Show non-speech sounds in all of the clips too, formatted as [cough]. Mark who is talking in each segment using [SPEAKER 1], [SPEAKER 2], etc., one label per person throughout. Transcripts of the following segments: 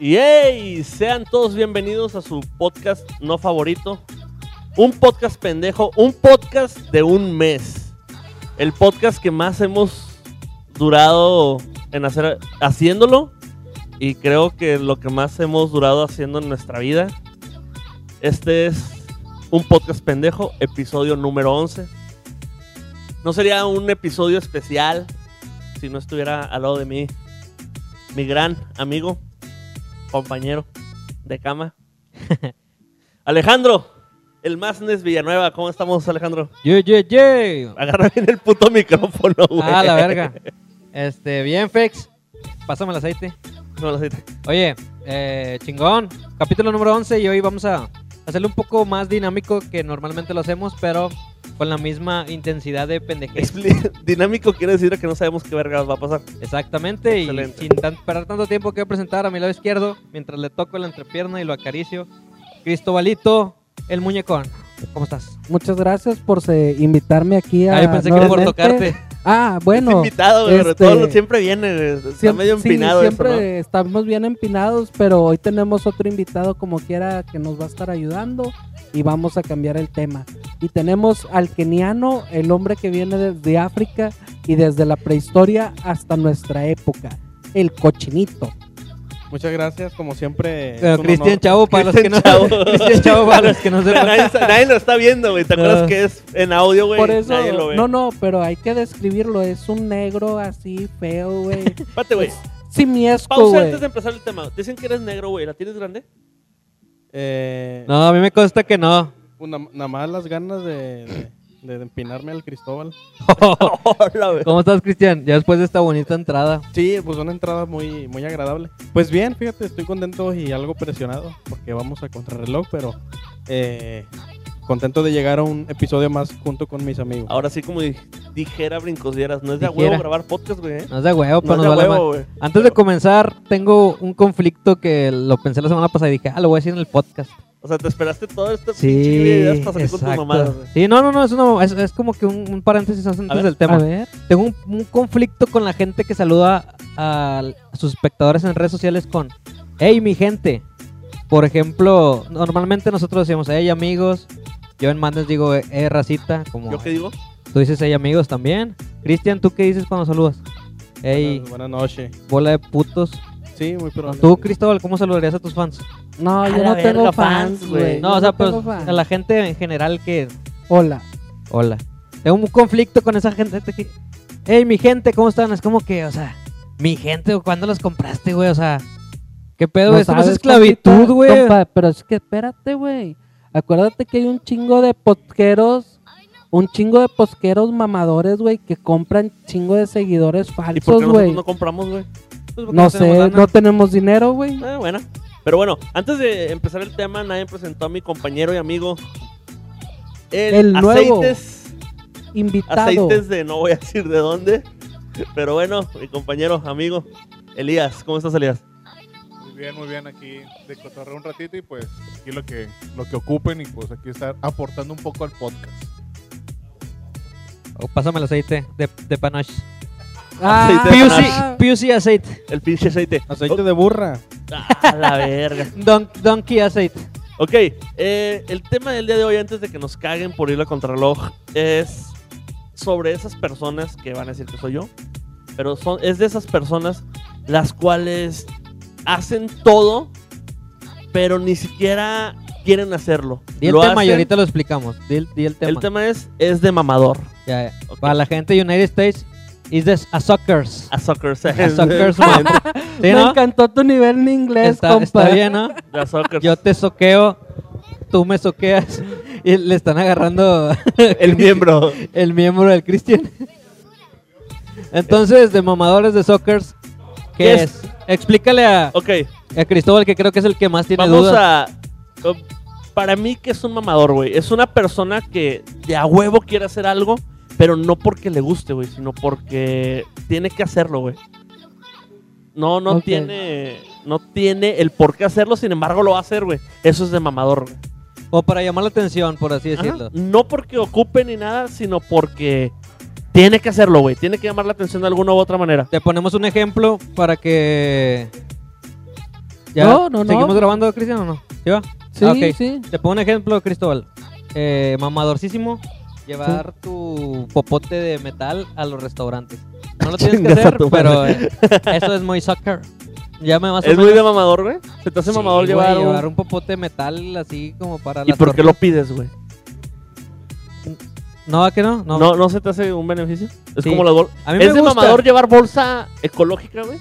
[SPEAKER 1] Yay, sean todos bienvenidos a su podcast no favorito. Un podcast pendejo, un podcast de un mes. El podcast que más hemos durado en hacer haciéndolo y creo que lo que más hemos durado haciendo en nuestra vida. Este es un podcast pendejo, episodio número 11. No sería un episodio especial si no estuviera al lado de mí mi gran amigo, compañero de cama. [laughs] Alejandro, el Masnes Villanueva. ¿Cómo estamos, Alejandro?
[SPEAKER 2] Yo, yo, yo.
[SPEAKER 1] Agarra bien el puto micrófono, güey.
[SPEAKER 2] Ah, la verga. Este, bien, Fex. Pásame el aceite.
[SPEAKER 1] [laughs] No, lo siento.
[SPEAKER 2] Oye, eh, chingón. Capítulo número 11 y hoy vamos a hacerlo un poco más dinámico que normalmente lo hacemos, pero con la misma intensidad de pendejez.
[SPEAKER 1] Expli- Dinámico quiere decir que no sabemos qué vergas va a pasar.
[SPEAKER 2] Exactamente,
[SPEAKER 1] Excelente.
[SPEAKER 2] y sin tan- perder tanto tiempo que presentar a mi lado izquierdo, mientras le toco la entrepierna y lo acaricio, Cristobalito, el muñecón. ¿Cómo estás?
[SPEAKER 3] Muchas gracias por se- invitarme aquí a.
[SPEAKER 2] Ah, yo pensé que era por
[SPEAKER 3] nuevamente.
[SPEAKER 2] tocarte.
[SPEAKER 3] Ah,
[SPEAKER 1] Es
[SPEAKER 3] bueno.
[SPEAKER 1] invitado, güey, pero
[SPEAKER 3] este,
[SPEAKER 1] todo lo- siempre viene. güey. Está
[SPEAKER 3] siem-
[SPEAKER 1] medio
[SPEAKER 3] sí,
[SPEAKER 1] empinado eso,
[SPEAKER 3] siempre estamos bien empinados, pero hoy tenemos otro invitado como quiera que nos va a estar ayudando y vamos a cambiar el tema. Y tenemos al keniano, el hombre que viene desde África y desde la prehistoria hasta nuestra época, el cochinito.
[SPEAKER 4] Muchas gracias, como siempre.
[SPEAKER 2] Pero
[SPEAKER 4] es un
[SPEAKER 2] Cristian
[SPEAKER 4] honor.
[SPEAKER 2] Chavo, para los que no
[SPEAKER 1] Eh, Cristian Chavo.
[SPEAKER 2] [laughs] Cristian Chavo, para los que no
[SPEAKER 1] ¿no? [laughs]
[SPEAKER 2] sepan.
[SPEAKER 1] nadie, nadie lo está viendo, güey. ¿Te acuerdas
[SPEAKER 2] No.
[SPEAKER 1] que es en audio, güey?
[SPEAKER 3] Ah. Por eso,
[SPEAKER 1] Nadie lo ve.
[SPEAKER 3] no, no, pero hay que describirlo. Es un negro así feo,
[SPEAKER 1] [laughs]
[SPEAKER 3] güey.
[SPEAKER 1] Espérate, güey.
[SPEAKER 3] Simiesco,
[SPEAKER 1] Pausa
[SPEAKER 3] güey.
[SPEAKER 1] antes de empezar el tema. Dicen que eres negro, güey. ¿La tienes grande? [laughs]
[SPEAKER 4] Eh,
[SPEAKER 2] No, a mí me consta que no.
[SPEAKER 4] una- nada más las ganas de, de- de empinarme al Cristóbal.
[SPEAKER 1] Hola, güey.
[SPEAKER 2] ¿Cómo estás, Cristian? Ya después de esta bonita entrada.
[SPEAKER 4] Sí, pues una entrada muy, muy agradable. Pues bien, fíjate, estoy contento y algo presionado porque vamos a contrarreloj, pero eh, contento de llegar a un episodio más junto con mis amigos.
[SPEAKER 1] Ahora sí, como di- dijera Brincos Dieras, no es de a
[SPEAKER 2] Dijera.
[SPEAKER 1] huevo grabar podcast, güey. ¿eh?
[SPEAKER 2] No es de huevo,
[SPEAKER 1] No
[SPEAKER 2] pero
[SPEAKER 1] es de
[SPEAKER 2] nos
[SPEAKER 1] a
[SPEAKER 2] vale madre.
[SPEAKER 1] huevo, güey.
[SPEAKER 2] Antes de comenzar, tengo un conflicto que lo pensé la semana pasada y dije, ah, lo voy a decir en el podcast.
[SPEAKER 1] O sea, te esperaste todo este pinche
[SPEAKER 2] Sí,
[SPEAKER 1] video hasta salir con tus
[SPEAKER 2] exacto.
[SPEAKER 1] mamadas, güey.
[SPEAKER 2] Sí, no, no, no, es, una, es, es como que un, un paréntesis
[SPEAKER 1] A ver,
[SPEAKER 2] antes del
[SPEAKER 3] A
[SPEAKER 2] tema.
[SPEAKER 3] ver.
[SPEAKER 2] Tengo un, un conflicto con la gente que saluda a, a sus espectadores en redes sociales con, hey, mi gente. Por ejemplo, normalmente nosotros decimos, hey, amigos. Yo en Mandes digo, eh, racita, como
[SPEAKER 1] ¿Yo qué digo?
[SPEAKER 2] tú dices, hey, amigos también. Cristian, ¿tú qué dices cuando saludas? Hey,
[SPEAKER 4] Buenas, buenas noches.
[SPEAKER 2] bola de putos.
[SPEAKER 4] Sí, muy probable.
[SPEAKER 2] Tú, Cristóbal, ¿cómo saludarías a tus fans?
[SPEAKER 3] No,
[SPEAKER 1] A
[SPEAKER 3] yo
[SPEAKER 1] la
[SPEAKER 3] no
[SPEAKER 1] verga,
[SPEAKER 3] tengo
[SPEAKER 1] fans,
[SPEAKER 3] fans,
[SPEAKER 1] güey.
[SPEAKER 3] güey.
[SPEAKER 2] No,
[SPEAKER 3] Yo
[SPEAKER 2] o sea, pero
[SPEAKER 3] tengo fans.
[SPEAKER 2] a la gente en general que...
[SPEAKER 3] Hola.
[SPEAKER 2] Hola. Tengo un conflicto con esa gente que... Hey, mi gente, ¿cómo están? Es como que, o sea... Mi gente, ¿cuándo los compraste, güey? O sea... ¿Qué pedo? Esto no es
[SPEAKER 3] sabes,
[SPEAKER 2] esclavitud,
[SPEAKER 3] compita,
[SPEAKER 2] güey.
[SPEAKER 3] compa, Pero es que espérate, güey. Acuérdate que hay un chingo de posqueros, un chingo de posqueros mamadores, güey, que compran chingo de seguidores
[SPEAKER 1] ¿Y por qué
[SPEAKER 3] falsos,
[SPEAKER 1] nosotros
[SPEAKER 3] güey.
[SPEAKER 1] no compramos, güey?
[SPEAKER 2] Pues porque
[SPEAKER 3] No
[SPEAKER 2] tenemos
[SPEAKER 3] sé,
[SPEAKER 2] lana.
[SPEAKER 3] no tenemos dinero, güey.
[SPEAKER 1] Ah, bueno. Pero bueno, antes de empezar el tema, nadie presentó a mi compañero y amigo. El,
[SPEAKER 3] El nuevo.
[SPEAKER 1] aceites,
[SPEAKER 3] Invitado.
[SPEAKER 1] aceites de no voy a decir de dónde. Pero bueno, mi compañero, amigo, Elías, ¿cómo estás, Elías?
[SPEAKER 5] Muy bien, muy bien, aquí de cotorreo un ratito y pues aquí lo que, lo que ocupen y pues aquí estar aportando un poco al podcast.
[SPEAKER 2] Oh, pásame el aceite de, de panache.
[SPEAKER 3] Ah,
[SPEAKER 1] aceite de
[SPEAKER 2] Piusi,
[SPEAKER 1] panache.
[SPEAKER 2] Piusi aceite.
[SPEAKER 1] El pinche aceite.
[SPEAKER 4] Aceite de burra.
[SPEAKER 1] Ah, la verga.
[SPEAKER 2] Don, donkey aceite.
[SPEAKER 1] Ok, eh, el tema del día de hoy, antes de que nos caguen por ir a contrarreloj, es sobre esas personas que van a decir que soy yo, pero son, es de esas personas las cuales hacen todo, pero ni siquiera quieren hacerlo.
[SPEAKER 2] Di el
[SPEAKER 1] Lo
[SPEAKER 2] tema y
[SPEAKER 1] hacen-
[SPEAKER 2] ahorita lo explicamos. Di, el- di el tema.
[SPEAKER 1] El tema es, es de mamador.
[SPEAKER 2] Ya, ya.
[SPEAKER 1] Ok.
[SPEAKER 2] Para la gente de United States, is this a suckers.
[SPEAKER 1] [laughs] A suckers.
[SPEAKER 2] A suckers, man. [laughs] ¿Sí,
[SPEAKER 3] Me
[SPEAKER 2] no?
[SPEAKER 3] encantó tu nivel en inglés,
[SPEAKER 2] Está,
[SPEAKER 3] compa.
[SPEAKER 2] está bien, ¿no?
[SPEAKER 1] A suckers.
[SPEAKER 2] Yo te soqueo, tú me soqueas y le están agarrando
[SPEAKER 1] [laughs] el
[SPEAKER 2] [laughs]
[SPEAKER 1] miembro.
[SPEAKER 2] el miembro del Cristian. Entonces, de mamadores de soccer, ¿qué
[SPEAKER 1] ¿Qué es?
[SPEAKER 2] es? Explícale a,
[SPEAKER 1] Ok,
[SPEAKER 2] a Cristóbal, que creo que es el que más tiene
[SPEAKER 1] vamos
[SPEAKER 2] dudas.
[SPEAKER 1] a... Para mí que es un mamador, güey. Es una persona que de a huevo quiere hacer algo, pero no porque le guste, güey, sino porque tiene que hacerlo, güey. No, no
[SPEAKER 3] Ok.
[SPEAKER 1] tiene no tiene el por qué hacerlo, sin embargo lo va a hacer, güey. Eso es de mamador, güey.
[SPEAKER 2] O para llamar la atención, por así
[SPEAKER 1] Ajá.
[SPEAKER 2] decirlo.
[SPEAKER 1] No porque ocupe ni nada, sino porque tiene que hacerlo, güey. Tiene que llamar la atención de alguna u otra manera.
[SPEAKER 2] Te ponemos un ejemplo para que ¿Ya
[SPEAKER 3] No, no, no.
[SPEAKER 2] ¿Seguimos grabando, Cristian, o no? ¿Sí va?
[SPEAKER 3] Sí,
[SPEAKER 2] Ah, ok.
[SPEAKER 3] sí.
[SPEAKER 2] Te pongo un ejemplo, Cristóbal. Eh, mamadorcísimo, llevar tu popote de metal a los restaurantes.
[SPEAKER 1] [laughs]
[SPEAKER 2] No lo tienes que
[SPEAKER 1] Chingas a
[SPEAKER 2] hacer,
[SPEAKER 1] tu
[SPEAKER 2] pero eh, [laughs] eso es muy soccer. Ya me vas
[SPEAKER 1] ¿Es muy de mamador, güey? ¿Se te hace mamador llevar, un-
[SPEAKER 2] llevar un popote de metal así como para
[SPEAKER 1] ¿Y
[SPEAKER 2] las
[SPEAKER 1] por qué lo
[SPEAKER 2] tortas?
[SPEAKER 1] pides, güey?
[SPEAKER 2] No, ¿a que no? No.
[SPEAKER 1] No. ¿No, se te hace un beneficio? Es
[SPEAKER 2] Sí.
[SPEAKER 1] como la bol...
[SPEAKER 2] A mí me
[SPEAKER 1] ¿Es de
[SPEAKER 2] gusta.
[SPEAKER 1] mamador llevar bolsa ecológica, güey?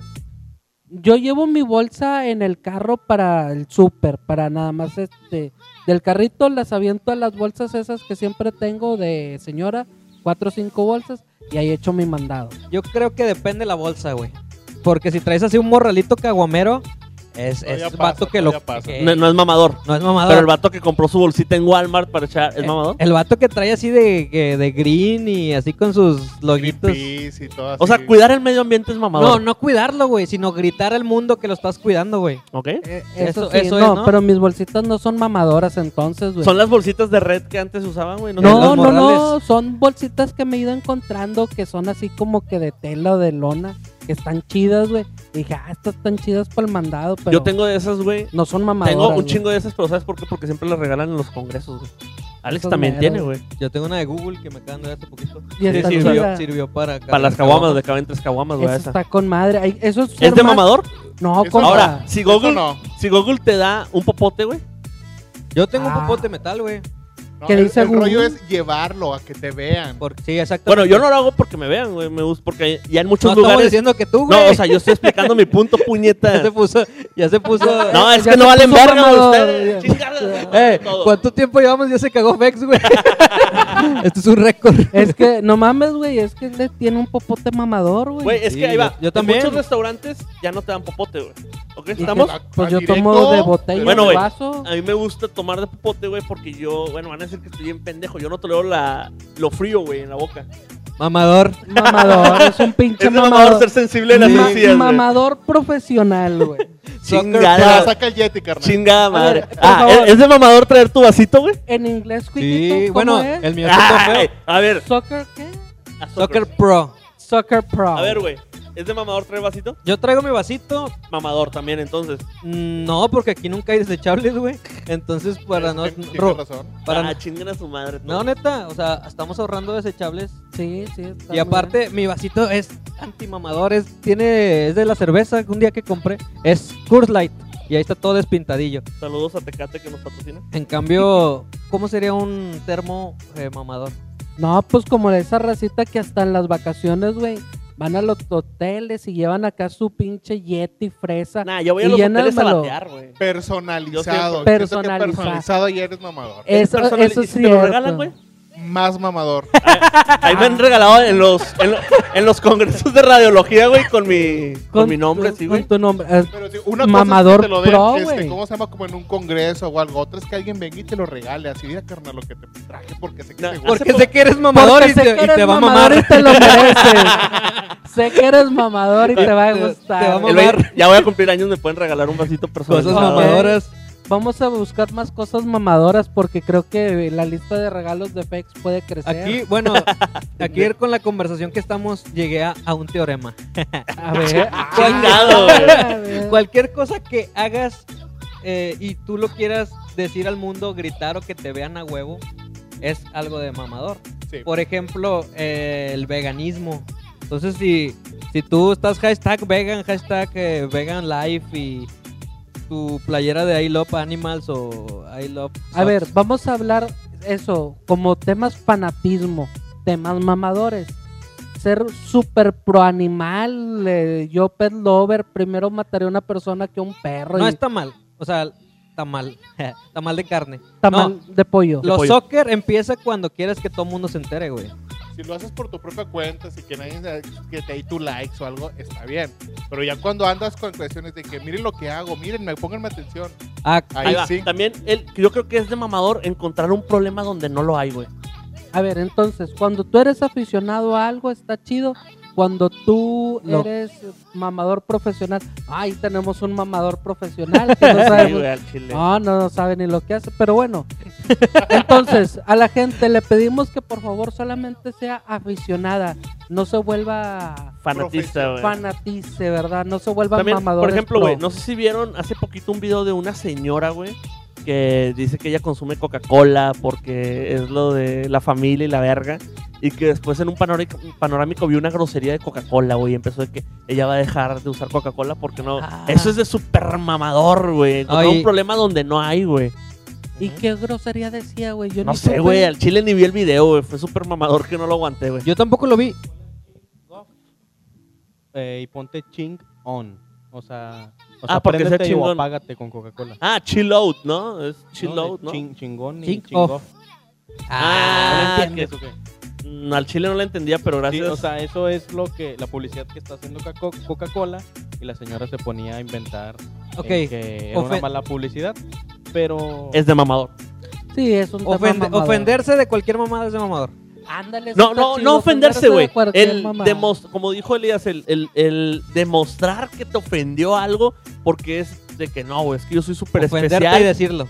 [SPEAKER 3] Yo llevo mi bolsa en el carro para el súper, para nada más este. Del carrito las aviento a las bolsas esas que siempre tengo de señora, cuatro o cinco bolsas, y ahí echo mi mandado.
[SPEAKER 2] Yo creo que depende la bolsa, güey. Porque si traes así un morralito caguamero, es,
[SPEAKER 5] No, ya
[SPEAKER 2] es
[SPEAKER 5] pasa,
[SPEAKER 2] vato que
[SPEAKER 5] no,
[SPEAKER 2] lo...
[SPEAKER 5] ya pasa.
[SPEAKER 2] que-
[SPEAKER 1] Eh. No, no es mamador.
[SPEAKER 2] no es mamador.
[SPEAKER 1] Pero el vato que compró su bolsita en Walmart para echar... ¿Es
[SPEAKER 2] Ah. Eh,
[SPEAKER 1] mamador?
[SPEAKER 2] El vato que trae así de, que- de green y así con sus loguitos.
[SPEAKER 5] Greenpeace y todo
[SPEAKER 1] O sea,
[SPEAKER 5] así.
[SPEAKER 1] cuidar el medio ambiente es
[SPEAKER 2] No,
[SPEAKER 1] mamador.
[SPEAKER 2] no cuidarlo, güey, sino gritar al mundo que lo estás cuidando, güey.
[SPEAKER 1] ¿Ok?
[SPEAKER 3] Eh,
[SPEAKER 2] Eso-
[SPEAKER 3] eso, sí,
[SPEAKER 2] eso es,
[SPEAKER 3] no,
[SPEAKER 2] ¿no?
[SPEAKER 3] pero mis bolsitas no son mamadoras entonces, güey.
[SPEAKER 1] Son las bolsitas de red que antes usaban, güey.
[SPEAKER 2] de
[SPEAKER 3] No,
[SPEAKER 2] los
[SPEAKER 3] no, no,
[SPEAKER 2] morrales.
[SPEAKER 3] son bolsitas que me he ido encontrando que son así como que de tela o de lona, que están chidas, güey. Y dije, ah, estas están chidas para el mandado, pero
[SPEAKER 1] Yo tengo de esas, güey.
[SPEAKER 3] no son mamadoras.
[SPEAKER 1] Tengo un
[SPEAKER 3] güey.
[SPEAKER 1] chingo de esas, pero ¿sabes por qué? Porque siempre las regalan en los congresos, güey. Alex
[SPEAKER 3] Esas
[SPEAKER 1] también
[SPEAKER 3] meras,
[SPEAKER 1] tiene, güey.
[SPEAKER 2] Yo tengo una de Google que me acaban de dar hace poquito.
[SPEAKER 3] Y está
[SPEAKER 1] sí,
[SPEAKER 3] chida.
[SPEAKER 2] sirvió, sirvió para...
[SPEAKER 1] Para las caguamas, de caben tres caguamas, güey.
[SPEAKER 3] Eso
[SPEAKER 1] esa.
[SPEAKER 3] está con madre. Ay, Eso es, ser
[SPEAKER 1] ¿Es de
[SPEAKER 3] más-
[SPEAKER 1] mamador?
[SPEAKER 3] No,
[SPEAKER 5] Eso
[SPEAKER 3] compa.
[SPEAKER 1] Ahora, si
[SPEAKER 5] Eso
[SPEAKER 1] Google,
[SPEAKER 5] no.
[SPEAKER 1] si Google te da un popote, güey.
[SPEAKER 2] Yo tengo un
[SPEAKER 3] Ah.
[SPEAKER 2] popote de metal, güey.
[SPEAKER 5] No,
[SPEAKER 3] ¿Qué
[SPEAKER 5] el,
[SPEAKER 3] dice
[SPEAKER 5] el rollo
[SPEAKER 3] Google?
[SPEAKER 5] es llevarlo a que te vean.
[SPEAKER 2] Por- Sí, exactamente.
[SPEAKER 1] Bueno, yo no lo hago porque me vean, güey. Me gusta porque ya en muchos
[SPEAKER 2] No estamos
[SPEAKER 1] lugares.
[SPEAKER 2] diciendo que tú, güey.
[SPEAKER 1] No, o sea, yo estoy explicando mi punto, puñeta.
[SPEAKER 2] [laughs] Ya se puso... Ya se puso...
[SPEAKER 1] [laughs] No, es
[SPEAKER 3] Ya
[SPEAKER 1] que no
[SPEAKER 3] se
[SPEAKER 1] valen
[SPEAKER 3] puso
[SPEAKER 1] verga güey,
[SPEAKER 3] mamador,
[SPEAKER 1] ustedes.
[SPEAKER 3] ya.
[SPEAKER 1] Chingada,
[SPEAKER 2] Eh,
[SPEAKER 1] todo.
[SPEAKER 2] ¿cuánto tiempo llevamos? Ya se cagó
[SPEAKER 1] [laughs]
[SPEAKER 2] Fex, güey. Esto es un récord.
[SPEAKER 3] Es que, no mames, güey, es que le tiene un popote mamador, güey.
[SPEAKER 1] Güey, es
[SPEAKER 2] Sí,
[SPEAKER 1] que ahí va.
[SPEAKER 2] yo- yo también.
[SPEAKER 1] En muchos restaurantes ya no te dan popote, güey. ¿Ok?
[SPEAKER 3] Y que-
[SPEAKER 1] ¿Estamos?
[SPEAKER 3] Pues
[SPEAKER 5] Ah,
[SPEAKER 3] yo
[SPEAKER 5] directo,
[SPEAKER 3] tomo de botella,
[SPEAKER 1] Bueno,
[SPEAKER 3] de
[SPEAKER 1] güey.
[SPEAKER 3] vaso.
[SPEAKER 1] A mí me gusta tomar de popote, güey, porque yo, bueno, van a decir que estoy bien pendejo. Yo no tolero la, lo frío, güey, en la boca.
[SPEAKER 2] Mamador.
[SPEAKER 3] Mamador, es un pinche
[SPEAKER 1] Es de mamador
[SPEAKER 3] mamador.
[SPEAKER 1] ser sensible en las
[SPEAKER 3] Ma-
[SPEAKER 1] encías, güey.
[SPEAKER 3] mamador profesional, güey.
[SPEAKER 5] Ah,
[SPEAKER 1] Chingada,
[SPEAKER 5] saca el Yeti, carnal.
[SPEAKER 1] chingada madre.
[SPEAKER 3] por
[SPEAKER 1] Ah,
[SPEAKER 3] favor.
[SPEAKER 1] ¿es- ¿es de mamador traer tu vasito, güey?
[SPEAKER 3] En inglés, cuitito,
[SPEAKER 2] Sí,
[SPEAKER 3] ¿cómo
[SPEAKER 2] bueno,
[SPEAKER 3] es?
[SPEAKER 2] el mío está
[SPEAKER 1] Ay,
[SPEAKER 2] feo.
[SPEAKER 1] A ver,
[SPEAKER 3] ¿Soccer qué?
[SPEAKER 1] a
[SPEAKER 2] Soccer
[SPEAKER 1] soccer.
[SPEAKER 2] Pro.
[SPEAKER 3] Soccer Pro.
[SPEAKER 1] A ver, güey. ¿Es de mamador traer vasito?
[SPEAKER 2] Yo traigo mi vasito.
[SPEAKER 1] Mamador también, entonces.
[SPEAKER 2] Mm, No, porque aquí nunca hay desechables, güey. Entonces, para no.
[SPEAKER 5] Tienes
[SPEAKER 2] ro-
[SPEAKER 5] razón.
[SPEAKER 2] para
[SPEAKER 1] ah, chinguen a su madre. todo.
[SPEAKER 2] no, neta. O sea, estamos ahorrando desechables.
[SPEAKER 3] Sí, sí. está
[SPEAKER 2] Y aparte, mi vasito es antimamador. Es, tiene, es de la cerveza que un día que compré. Es Curse Light. Y ahí está todo despintadillo.
[SPEAKER 1] Saludos a Tecate que nos patrocina.
[SPEAKER 2] En cambio, [laughs] ¿cómo sería un termo eh, mamador?
[SPEAKER 3] muy bien. No, pues como esa racita que hasta en las vacaciones, güey, van a los hoteles y llevan acá su pinche Yeti fresa.
[SPEAKER 1] Nah, yo voy a
[SPEAKER 3] Ah, Y
[SPEAKER 1] los hoteles a
[SPEAKER 3] llénamelo.
[SPEAKER 1] batear, güey.
[SPEAKER 5] Personalizado.
[SPEAKER 3] Yo siempre-
[SPEAKER 5] Siento que
[SPEAKER 3] Personalizado.
[SPEAKER 5] personalizado y eres mamador.
[SPEAKER 1] Eh.
[SPEAKER 3] Eso,
[SPEAKER 1] Personal-
[SPEAKER 3] eso
[SPEAKER 1] ¿Y
[SPEAKER 3] es
[SPEAKER 1] si te lo
[SPEAKER 3] cierto.
[SPEAKER 1] regalan,
[SPEAKER 3] [laughs]
[SPEAKER 1] güey?
[SPEAKER 5] Más mamador.
[SPEAKER 1] Ahí me han regalado en los, en, lo- en los congresos de radiología, güey, con mi, con, mi nombre,
[SPEAKER 3] tu-
[SPEAKER 1] sí,
[SPEAKER 3] con
[SPEAKER 1] güey.
[SPEAKER 3] tu nombre. Eh,
[SPEAKER 5] Pero sí, una
[SPEAKER 3] Mamador
[SPEAKER 5] cosa es que te lo den,
[SPEAKER 3] pro,
[SPEAKER 5] este,
[SPEAKER 3] güey.
[SPEAKER 5] ¿cómo se llama? Como en un congreso o algo. Otra es que alguien venga y te lo regale. Así, mira, carnal, lo que te traje porque sé que
[SPEAKER 1] No,
[SPEAKER 5] te gusta.
[SPEAKER 1] Hace
[SPEAKER 2] Porque
[SPEAKER 1] po-
[SPEAKER 2] sé que eres mamador
[SPEAKER 3] porque
[SPEAKER 2] y
[SPEAKER 3] [laughs]
[SPEAKER 2] te,
[SPEAKER 3] sé que
[SPEAKER 2] y te
[SPEAKER 3] eres
[SPEAKER 2] va a
[SPEAKER 3] mamador
[SPEAKER 2] mamar.
[SPEAKER 3] y te lo mereces. [laughs] sé que eres mamador y te va a
[SPEAKER 2] Te- te
[SPEAKER 3] gustar.
[SPEAKER 2] va a
[SPEAKER 1] El
[SPEAKER 2] mamar.
[SPEAKER 1] veinte- ya voy a cumplir años, me pueden regalar un vasito personal. Ah,
[SPEAKER 2] Cosas
[SPEAKER 3] Ok.
[SPEAKER 2] mamadoras.
[SPEAKER 3] Vamos a buscar más cosas mamadoras porque creo que la lista de regalos de Fex puede crecer.
[SPEAKER 2] Aquí,
[SPEAKER 3] [laughs]
[SPEAKER 2] bueno, aquí con la conversación que estamos, llegué a, a un teorema.
[SPEAKER 3] A [laughs] ver.
[SPEAKER 1] Chingado,
[SPEAKER 3] [laughs]
[SPEAKER 1] güey.
[SPEAKER 3] A ver.
[SPEAKER 2] Cualquier cosa que hagas eh, y tú lo quieras decir al mundo, gritar o que te vean a huevo, es algo de mamador.
[SPEAKER 5] Sí.
[SPEAKER 2] Por ejemplo, eh, el veganismo. Entonces, si, si tú estás hashtag vegan, hashtag eh, vegan life y tu playera de I love animals o I love...
[SPEAKER 3] A
[SPEAKER 2] sucks,
[SPEAKER 3] ver, vamos a hablar eso, como temas fanatismo, temas mamadores. Ser súper pro animal, eh, yo pet lover, primero mataré a una persona que a un perro.
[SPEAKER 2] No
[SPEAKER 3] y
[SPEAKER 2] está mal. O sea, está mal. [laughs] Está mal de carne.
[SPEAKER 3] tamal de pollo.
[SPEAKER 2] Los
[SPEAKER 1] pollo.
[SPEAKER 2] soccer empieza cuando quieres que todo el mundo se entere, güey.
[SPEAKER 5] Si lo haces por tu propia cuenta, si que nadie se- que te dé tu likes o algo, está bien. Pero ya cuando andas con cuestiones de que miren lo que hago, mírenme, pónganme atención.
[SPEAKER 2] Ah,
[SPEAKER 1] Ahí
[SPEAKER 5] Ahí,
[SPEAKER 1] va.
[SPEAKER 5] sí.
[SPEAKER 1] También el, yo creo que es de mamador encontrar un problema donde no lo hay, güey.
[SPEAKER 3] A ver, entonces, cuando tú eres aficionado a algo, está chido, Cuando tú
[SPEAKER 2] Lo-
[SPEAKER 3] eres mamador profesional, ahí tenemos un mamador
[SPEAKER 1] [laughs]
[SPEAKER 3] profesional que no sabe
[SPEAKER 1] Sí, güey, al chile.
[SPEAKER 3] No, no, no sabe ni lo que hace, pero bueno. Entonces, a la gente le pedimos que por favor solamente sea aficionada, no se vuelva
[SPEAKER 1] Fanatista, güey.
[SPEAKER 3] fanatice, ¿verdad? No se vuelva
[SPEAKER 1] También,
[SPEAKER 3] mamador.
[SPEAKER 1] por ejemplo, güey, no sé si vieron hace poquito un video de una señora, güey, que dice que ella consume Coca-Cola porque es lo de la familia y la verga. Y que después en un panorámico, panorámico vio una grosería de Coca-Cola, güey. y Empezó de que ella va a dejar de usar Coca-Cola porque no.
[SPEAKER 3] Ah.
[SPEAKER 1] Eso es de super mamador, güey. Encontrar
[SPEAKER 2] Ay.
[SPEAKER 1] un problema donde no hay, güey.
[SPEAKER 3] ¿Y qué grosería decía, güey? Yo
[SPEAKER 1] No
[SPEAKER 3] ni
[SPEAKER 1] sé,
[SPEAKER 3] supe.
[SPEAKER 1] güey. Al chile ni vi el video, güey. Fue súper mamador que no lo aguanté, güey.
[SPEAKER 2] Yo tampoco lo vi.
[SPEAKER 4] Eh, y ponte ching on. O sea, o
[SPEAKER 1] Ah,
[SPEAKER 4] sea
[SPEAKER 1] porque sea
[SPEAKER 4] préndete o
[SPEAKER 1] chingón.
[SPEAKER 4] apágate con Coca-Cola.
[SPEAKER 1] Ah, chill out, ¿no? Es chill
[SPEAKER 4] de
[SPEAKER 1] out, ¿no?
[SPEAKER 4] ching- chingón y
[SPEAKER 2] Ching
[SPEAKER 4] ching,
[SPEAKER 2] off.
[SPEAKER 4] off.
[SPEAKER 1] Ah,
[SPEAKER 4] ¿No entiendes o qué?
[SPEAKER 1] Mm, Al chile no la entendía, pero
[SPEAKER 4] Sí,
[SPEAKER 1] gracias.
[SPEAKER 4] o sea, eso es lo que la publicidad que está haciendo Coca- Coca-Cola y la señora se ponía a inventar
[SPEAKER 2] Ok.
[SPEAKER 4] eh, que era una
[SPEAKER 2] Ofe-
[SPEAKER 4] mala publicidad, pero
[SPEAKER 1] es de mamador.
[SPEAKER 3] Sí, es un tema
[SPEAKER 2] Ofende-
[SPEAKER 3] mamador.
[SPEAKER 2] ofenderse de cualquier mamada es de mamador.
[SPEAKER 3] Ándale, eso
[SPEAKER 1] No,
[SPEAKER 3] está
[SPEAKER 1] no,
[SPEAKER 3] chido,
[SPEAKER 1] no ofenderse,
[SPEAKER 3] de
[SPEAKER 1] güey.
[SPEAKER 3] cualquier
[SPEAKER 1] El
[SPEAKER 3] mamá.
[SPEAKER 1] demos- como dijo Elías, el, el- el demostrar que te ofendió algo porque es de que no, güey, es que yo soy súper
[SPEAKER 2] Ofenderte
[SPEAKER 1] especial.
[SPEAKER 2] y decirlo.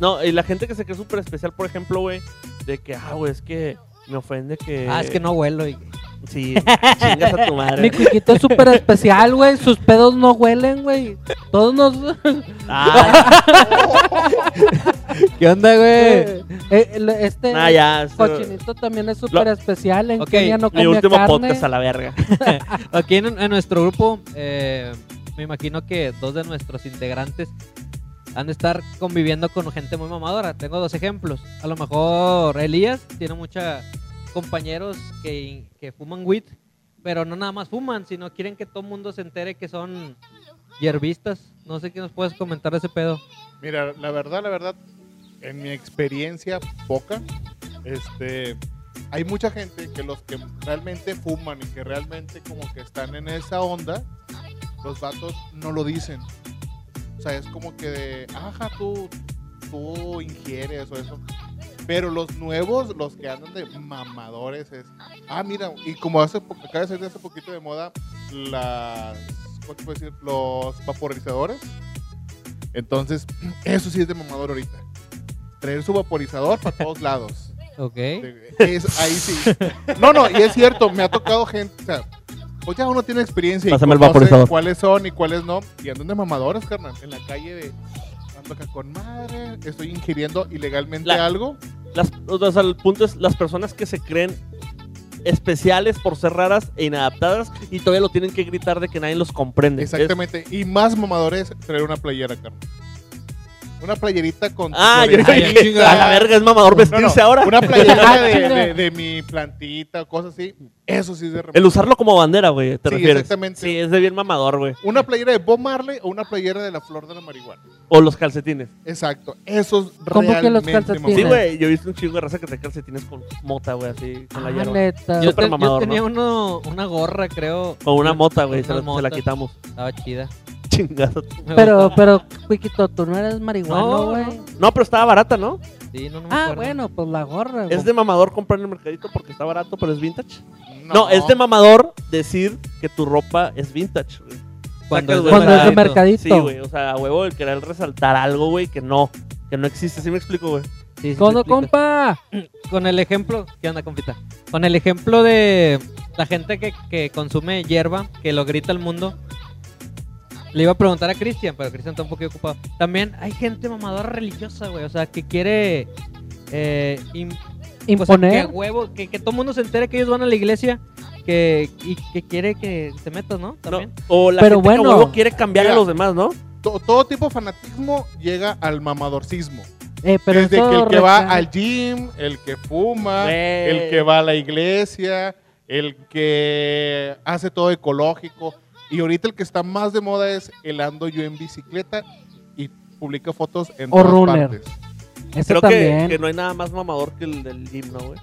[SPEAKER 1] No, y la gente que se cree súper especial, por ejemplo, güey, de que, ah, güey, es que me ofende que...
[SPEAKER 2] Ah, es que no huelo. y- [laughs]
[SPEAKER 1] Sí, chingas a tu
[SPEAKER 3] Mi
[SPEAKER 1] madre.
[SPEAKER 3] cuiquito es súper especial, güey. Sus pedos no huelen, güey. Todos nos...
[SPEAKER 2] [laughs]
[SPEAKER 1] ah,
[SPEAKER 2] ¿Qué onda, güey?
[SPEAKER 3] Eh, el- este...
[SPEAKER 1] nah, Ah, ya. sí,
[SPEAKER 3] Cochinito también es súper especial. En
[SPEAKER 2] Ok,
[SPEAKER 3] Kenia no
[SPEAKER 1] Mi
[SPEAKER 3] come
[SPEAKER 1] último
[SPEAKER 3] carne.
[SPEAKER 1] podcast a la verga.
[SPEAKER 2] [laughs] Aquí en, en nuestro grupo, eh, me imagino que dos de nuestros integrantes han de estar conviviendo con gente muy mamadora. Tengo dos ejemplos. A lo mejor Elías tiene muchos compañeros que, que fuman weed, pero no nada más fuman, sino quieren que todo el mundo se entere que son hierbistas. No sé qué nos puedes comentar de ese pedo.
[SPEAKER 5] Mira, la verdad, la verdad, en mi experiencia poca, este, hay mucha gente que los que realmente fuman y que realmente como que están en esa onda, los vatos no lo dicen. O sea, es como que de, ajá, tú, tú ingieres o eso. Pero los nuevos, los que andan de mamadores, es, ah, mira, y como hace, po- acaba de salir hace poquito de moda, las, ¿cómo te puedo decir? Los vaporizadores. Entonces, eso sí es de mamador ahorita. Traer su vaporizador
[SPEAKER 1] [laughs]
[SPEAKER 5] para todos lados.
[SPEAKER 2] Ok.
[SPEAKER 5] Es- ahí sí. No, no, y es cierto, me ha tocado gente. O sea, pues ya uno tiene experiencia y
[SPEAKER 1] Pásame el
[SPEAKER 5] conoce
[SPEAKER 1] vaporizador.
[SPEAKER 5] cuáles son y cuáles no. Y andan de mamadores, carnal. En la calle de. Ando acá con madre, estoy ingiriendo ilegalmente
[SPEAKER 1] La-
[SPEAKER 5] algo.
[SPEAKER 1] Las, o sea, el punto es las personas que se creen especiales por ser raras e inadaptadas y todavía lo tienen que gritar de que nadie los comprende. Es-
[SPEAKER 5] Exactamente. Y más mamadores, traer una playera, carnal. Una playerita con.
[SPEAKER 1] Ah, yo
[SPEAKER 5] florecitas.
[SPEAKER 2] Ay,
[SPEAKER 1] dije,
[SPEAKER 2] chinga.
[SPEAKER 1] a la verga es mamador
[SPEAKER 5] No, no,
[SPEAKER 1] vestirse ahora. Ah, [laughs]
[SPEAKER 5] Una playerita de,
[SPEAKER 3] chinga.
[SPEAKER 5] de- de mi plantita o cosas así. Eso sí es de
[SPEAKER 1] El usarlo como bandera, güey, te
[SPEAKER 5] Sí,
[SPEAKER 1] refieres.
[SPEAKER 5] exactamente.
[SPEAKER 1] Sí, es de bien mamador, güey.
[SPEAKER 5] Una playera de Bob Marley o una playera de la flor de la marihuana.
[SPEAKER 1] O los calcetines.
[SPEAKER 5] Exacto. Eso es
[SPEAKER 3] ¿Cómo
[SPEAKER 5] realmente
[SPEAKER 3] que los
[SPEAKER 5] mamador.
[SPEAKER 1] Sí,
[SPEAKER 3] calcetines?
[SPEAKER 1] güey, yo he visto un chingo de raza que trae calcetines con mota, güey, así, con la
[SPEAKER 3] Ah,
[SPEAKER 1] hierba.
[SPEAKER 3] neta.
[SPEAKER 2] Yo,
[SPEAKER 1] Súper
[SPEAKER 2] te- yo
[SPEAKER 1] mamador,
[SPEAKER 2] tenía
[SPEAKER 1] ¿no?
[SPEAKER 2] uno, una gorra, creo.
[SPEAKER 1] Con una mota, güey, se,
[SPEAKER 2] Una
[SPEAKER 1] la- se la
[SPEAKER 2] mota.
[SPEAKER 1] quitamos. [laughs]
[SPEAKER 2] Estaba chida. [laughs]
[SPEAKER 1] Chingada.
[SPEAKER 2] Me
[SPEAKER 3] Pero,
[SPEAKER 2] gustaba.
[SPEAKER 3] pero, Cuiquito, tú no eres marihuano,
[SPEAKER 2] No,
[SPEAKER 3] güey.
[SPEAKER 2] no.
[SPEAKER 1] No, pero estaba barata, ¿no?
[SPEAKER 2] Sí, no, no me
[SPEAKER 3] Ah,
[SPEAKER 2] acuerdo.
[SPEAKER 3] bueno, pues la gorra.
[SPEAKER 1] Es
[SPEAKER 3] güey.
[SPEAKER 1] de mamador comprar en el mercadito porque está barato, pero es vintage. No, es de mamador decir que tu ropa es vintage, güey.
[SPEAKER 2] Cuando
[SPEAKER 1] Sacas,
[SPEAKER 2] es
[SPEAKER 1] güey,
[SPEAKER 2] de
[SPEAKER 3] Cuando es de
[SPEAKER 1] la-
[SPEAKER 2] mercadito.
[SPEAKER 3] mercadito.
[SPEAKER 1] Sí, güey, o sea, a huevo, el querer resaltar algo, güey, que no, que no existe. ¿Sí me explico, güey?
[SPEAKER 2] Sí, sí,
[SPEAKER 3] Codo,
[SPEAKER 2] te explico.
[SPEAKER 3] compa.
[SPEAKER 2] Con el ejemplo, ¿qué onda, compita? Con el ejemplo de la gente que, que consume hierba, que lo grita al mundo. Le iba a preguntar a Cristian, pero Cristian está un poquito ocupado. También hay gente mamadora religiosa, güey. O sea, que quiere eh, im- o sea,
[SPEAKER 3] Imponer.
[SPEAKER 2] que, a huevo, que, que todo el mundo se entere que ellos van a la iglesia que, y que quiere que te metas, ¿no?
[SPEAKER 1] No,
[SPEAKER 2] También.
[SPEAKER 1] o la
[SPEAKER 3] Pero
[SPEAKER 1] gente que a
[SPEAKER 3] bueno.
[SPEAKER 1] huevo quiere cambiar a
[SPEAKER 5] Mira.
[SPEAKER 1] los demás, ¿no?
[SPEAKER 5] To- todo tipo de fanatismo llega al mamadorcismo.
[SPEAKER 3] Eh, pero
[SPEAKER 5] Desde
[SPEAKER 3] eso
[SPEAKER 5] que el que va
[SPEAKER 3] recae-
[SPEAKER 5] al gym, el que fuma,
[SPEAKER 1] Güey.
[SPEAKER 5] el que va a la iglesia, el que hace todo ecológico. Y ahorita el que está más de moda es el ando yo en bicicleta y publica fotos en
[SPEAKER 3] O
[SPEAKER 5] todas
[SPEAKER 3] runner.
[SPEAKER 5] partes.
[SPEAKER 3] Eso
[SPEAKER 1] Creo que,
[SPEAKER 3] también.
[SPEAKER 1] que no hay nada más mamador que el del gym, ¿no, güey?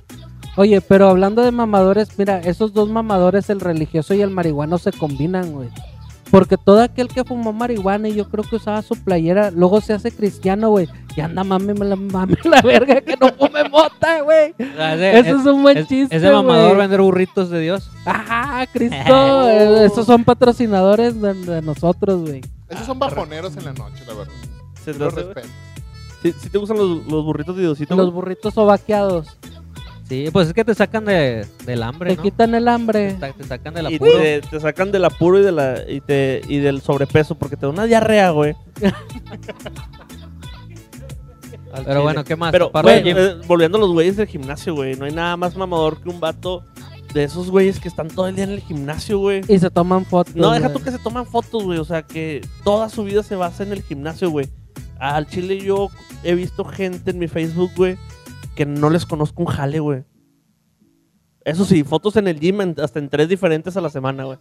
[SPEAKER 3] Oye, pero hablando de mamadores, mira, esos dos mamadores, el religioso y el marihuano, se combinan, güey. Porque todo aquel que fumó marihuana y yo creo que usaba su playera, luego se hace cristiano, güey. Y anda, mame, la, mame la verga que no fume mota, güey.
[SPEAKER 2] Ah, ese-
[SPEAKER 3] Eso es un buen chiste,
[SPEAKER 2] Ese mamador
[SPEAKER 3] güey.
[SPEAKER 2] vender burritos de Dios.
[SPEAKER 3] Ajá, Cristo. eh, Esos son patrocinadores de, de nosotros, güey.
[SPEAKER 5] Esos son bajoneros en la noche, la verdad.
[SPEAKER 1] ¿Se te
[SPEAKER 5] Lo
[SPEAKER 1] hace, güey?
[SPEAKER 5] respeto.
[SPEAKER 1] ¿Sí, sí te gustan los, los burritos de Diosito?
[SPEAKER 3] Los
[SPEAKER 1] güey?
[SPEAKER 3] burritos o vaqueados.
[SPEAKER 2] Sí, pues es que te sacan de, del hambre,
[SPEAKER 3] Te
[SPEAKER 2] ¿no?
[SPEAKER 3] quitan el hambre.
[SPEAKER 2] Te, te sacan del
[SPEAKER 1] y
[SPEAKER 2] apuro.
[SPEAKER 1] te, te sacan del apuro y, de la, y, te, y del sobrepeso porque te da una diarrea, güey. Al
[SPEAKER 2] Pero bueno,
[SPEAKER 1] chile.
[SPEAKER 2] ¿qué más?
[SPEAKER 1] Pero,
[SPEAKER 2] Ah, Aparte
[SPEAKER 1] güey,
[SPEAKER 2] del gym.
[SPEAKER 1] eh, volviendo a los güeyes del gimnasio, güey. No hay nada más mamador que un vato de esos güeyes que están todo el día en el gimnasio, güey.
[SPEAKER 3] Y se toman fotos.
[SPEAKER 1] No, deja
[SPEAKER 3] güey.
[SPEAKER 1] tú que se toman fotos, güey. O sea, que toda su vida se basa en el gimnasio, güey. Al chile yo he visto gente en mi Facebook, güey, que no les conozco un jale, güey. Eso sí, fotos en el gym en- hasta en tres diferentes a la semana, güey.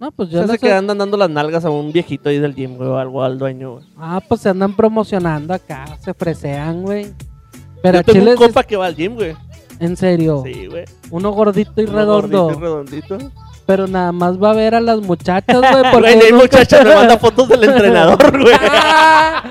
[SPEAKER 3] No, pues yo
[SPEAKER 1] Ya
[SPEAKER 3] no
[SPEAKER 1] se
[SPEAKER 3] sé.
[SPEAKER 1] que andan dando las nalgas a un viejito ahí del gym, güey, o algo al dueño, güey.
[SPEAKER 3] Ah, pues se andan promocionando acá, se fresean, güey. Pero
[SPEAKER 1] Yo
[SPEAKER 3] Oh. a
[SPEAKER 1] tengo
[SPEAKER 3] Chile,
[SPEAKER 1] un compa que va al gym, güey.
[SPEAKER 3] es- en serio,
[SPEAKER 1] Sí, güey.
[SPEAKER 3] uno gordito y
[SPEAKER 1] Uno
[SPEAKER 3] redondo,
[SPEAKER 1] gordito y redondito.
[SPEAKER 3] pero nada más va a ver a las muchachas,
[SPEAKER 1] [laughs]
[SPEAKER 3] güey, porque
[SPEAKER 1] Güey, ni el
[SPEAKER 3] nunca-
[SPEAKER 1] muchacho me manda fotos del entrenador, güey.
[SPEAKER 3] [laughs] ¡Ah!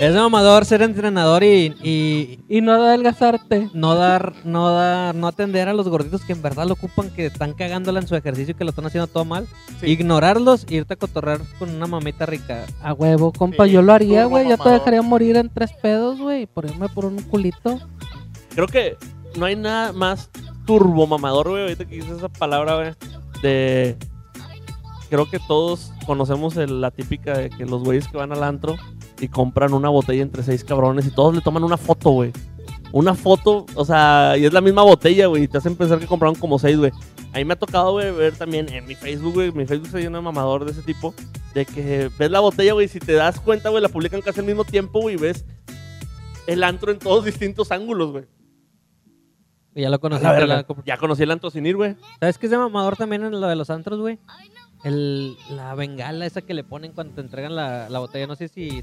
[SPEAKER 2] Es mamador ser entrenador y, y
[SPEAKER 3] y no adelgazarte.
[SPEAKER 2] no dar, no dar, no atender a los gorditos que en verdad lo ocupan, que están cagándola en su ejercicio y que lo están haciendo todo mal.
[SPEAKER 5] Sí.
[SPEAKER 2] Ignorarlos e irte a cotorrear con una mamita rica.
[SPEAKER 3] A huevo, compa,
[SPEAKER 5] Sí,
[SPEAKER 3] yo lo haría,
[SPEAKER 5] turbo
[SPEAKER 3] güey, yo te
[SPEAKER 5] mamador.
[SPEAKER 3] dejaría morir en tres pedos, güey, por irme por un culito.
[SPEAKER 1] Creo que no hay nada más turbomamador, güey. Ahorita que dices esa palabra, güey. De. Creo que todos conocemos el- la típica de que los güeyes que van al antro y compran una botella entre seis cabrones y todos le toman una foto, güey. Una foto, o sea, y es la misma botella, güey. Y te hacen pensar que compraron como seis, güey. A mí me ha tocado, güey, ver también en mi Facebook, güey. Mi Facebook se llena de mamador de ese tipo. De que ves la botella, güey, y si te das cuenta, güey, la publican casi al mismo tiempo, güey, y ves el antro en todos distintos ángulos, güey.
[SPEAKER 2] Y ya lo
[SPEAKER 1] A
[SPEAKER 2] conocí.
[SPEAKER 1] la
[SPEAKER 2] te
[SPEAKER 1] verga.
[SPEAKER 2] la comp-
[SPEAKER 1] Ya conocí el antocinir, güey.
[SPEAKER 2] ¿Sabes qué es de mamador también en lo de los antros, güey? El, la bengala esa que le ponen cuando te entregan la, la botella. No sé si,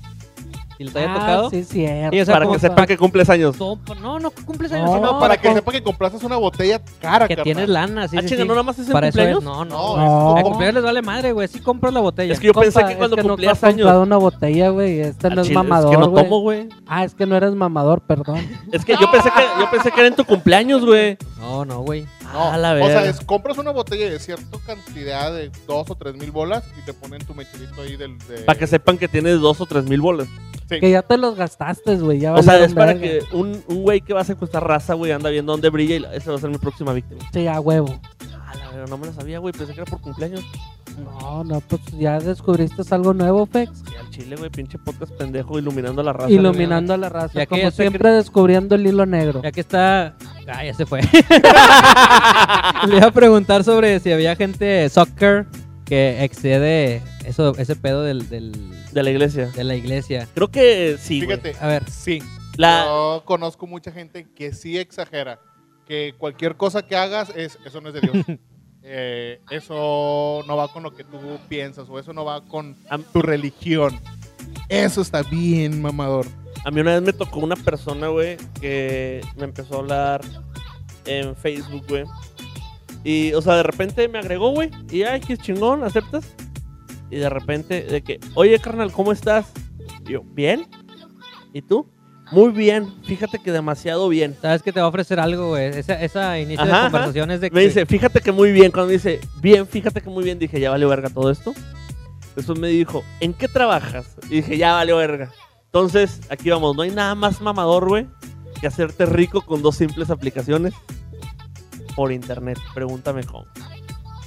[SPEAKER 2] si les haya
[SPEAKER 3] Ah,
[SPEAKER 2] tocado.
[SPEAKER 3] Sí, cierto.
[SPEAKER 2] Y, o sea,
[SPEAKER 1] para
[SPEAKER 2] como
[SPEAKER 1] que sepan que cumples años.
[SPEAKER 2] No, pa- no, no cumples años,
[SPEAKER 3] No,
[SPEAKER 2] sino
[SPEAKER 5] No, para que sepa que compraste una botella cara,
[SPEAKER 2] que
[SPEAKER 5] carnal.
[SPEAKER 2] tienes lana. Sí,
[SPEAKER 1] ah,
[SPEAKER 2] sí,
[SPEAKER 1] chinga,
[SPEAKER 2] sí.
[SPEAKER 1] ¿no nada más es en
[SPEAKER 2] Para eso
[SPEAKER 1] cumpleaños?
[SPEAKER 2] es. No, no.
[SPEAKER 5] No,
[SPEAKER 3] No.
[SPEAKER 2] A
[SPEAKER 5] es como-
[SPEAKER 2] cumpleaños les vale madre, güey. Sí compras la botella.
[SPEAKER 1] Es que yo
[SPEAKER 3] Compa,
[SPEAKER 1] pensé que
[SPEAKER 3] es
[SPEAKER 1] cuando
[SPEAKER 3] nunca has
[SPEAKER 1] cumplías años.
[SPEAKER 3] comprado una botella, güey, este
[SPEAKER 1] Ah,
[SPEAKER 3] no es
[SPEAKER 1] chile,
[SPEAKER 3] mamador,
[SPEAKER 1] es que no
[SPEAKER 3] güey.
[SPEAKER 1] tomo, güey.
[SPEAKER 3] Ah, es que no eres mamador, perdón.
[SPEAKER 1] Es que yo pensé que yo pensé que era en tu cumpleaños, güey.
[SPEAKER 2] No, no, güey.
[SPEAKER 5] No,
[SPEAKER 1] Ah, la
[SPEAKER 5] o sea,
[SPEAKER 1] verga.
[SPEAKER 5] es, compras una botella de cierta cantidad de dos o tres mil bolas y te ponen tu mechilito ahí del... De...
[SPEAKER 1] Para que sepan que tienes dos o tres mil bolas.
[SPEAKER 5] Sí.
[SPEAKER 3] Que ya te los gastaste, güey. Ya
[SPEAKER 1] O sea,
[SPEAKER 3] valieron
[SPEAKER 1] es para
[SPEAKER 3] verga.
[SPEAKER 1] que un, un güey que va a secuestrar raza, güey, anda viendo dónde brilla y la- esa va a ser mi próxima víctima.
[SPEAKER 3] Sí, a huevo.
[SPEAKER 1] Ah, la verdad, no me la sabía, güey. Pensé que era por cumpleaños.
[SPEAKER 3] No, no, pues ya descubriste algo nuevo, Fex.
[SPEAKER 1] Sí, al chile, güey, pinche podcast pendejo iluminando a la raza.
[SPEAKER 3] Iluminando a la raza.
[SPEAKER 2] Ya que
[SPEAKER 3] como
[SPEAKER 2] ya sé
[SPEAKER 3] siempre, descubriendo el hilo negro.
[SPEAKER 2] Ya que está. Ah, ya
[SPEAKER 1] [laughs]
[SPEAKER 2] se fue. [laughs] Le iba a preguntar sobre si había gente soccer que excede eso, ese pedo del, del-
[SPEAKER 1] De la iglesia.
[SPEAKER 2] de la iglesia.
[SPEAKER 1] Creo que sí, güey.
[SPEAKER 5] Fíjate,
[SPEAKER 2] A ver,
[SPEAKER 5] sí.
[SPEAKER 1] La,
[SPEAKER 5] Yo conozco mucha gente que sí exagera. Que cualquier cosa que hagas, es, eso no es de Dios. Eh, eso no va con lo que tú piensas o eso no va con
[SPEAKER 1] Am-
[SPEAKER 5] tu religión. Eso está bien, mamador.
[SPEAKER 1] A mí una vez me tocó una persona, güey, que me empezó a hablar en Facebook, güey. Y, o sea, de repente me agregó, güey. Y, ay, qué chingón, ¿aceptas? Y de repente, de que, oye, carnal, ¿cómo estás? Y yo, ¿bien? ¿Y tú? Muy bien, fíjate que demasiado bien.
[SPEAKER 2] sabes que te va a ofrecer algo, güey. Esa, esa inicio
[SPEAKER 1] Ajá,
[SPEAKER 2] de
[SPEAKER 1] ajá.
[SPEAKER 2] conversaciones de que.
[SPEAKER 1] Me dice, fíjate que muy bien. Cuando me dice, bien, fíjate que muy bien, dije, ya vale verga todo esto. Después me dijo, ¿en qué trabajas? Y dije, ya vale verga. Entonces, aquí vamos, no hay nada más mamador, güey, que hacerte rico con dos simples aplicaciones por internet. Pregúntame cómo.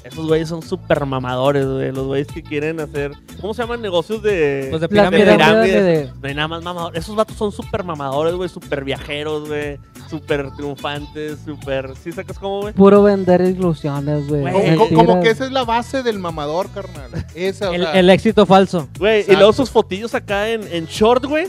[SPEAKER 1] Esos güeyes son súper mamadores, güey. Los güeyes que quieren hacer. ¿Cómo se llaman negocios de.?
[SPEAKER 2] Pues de
[SPEAKER 3] La
[SPEAKER 2] pirámide.
[SPEAKER 3] pirámide
[SPEAKER 1] pirámide.
[SPEAKER 3] de-
[SPEAKER 1] No hay nada más mamador. Esos vatos son súper mamadores, güey. Súper viajeros, güey. Súper triunfantes, súper. ¿Sí sacas cómo, güey?
[SPEAKER 3] puro vender ilusiones, güey.
[SPEAKER 1] Güey,
[SPEAKER 5] Como, como-
[SPEAKER 3] Mentiras.
[SPEAKER 5] como que esa es la base del mamador, carnal. Esa, o
[SPEAKER 2] el,
[SPEAKER 5] sea,
[SPEAKER 2] el éxito falso.
[SPEAKER 1] Güey, y
[SPEAKER 5] Exacto.
[SPEAKER 1] luego sus fotillos acá en, en short, güey,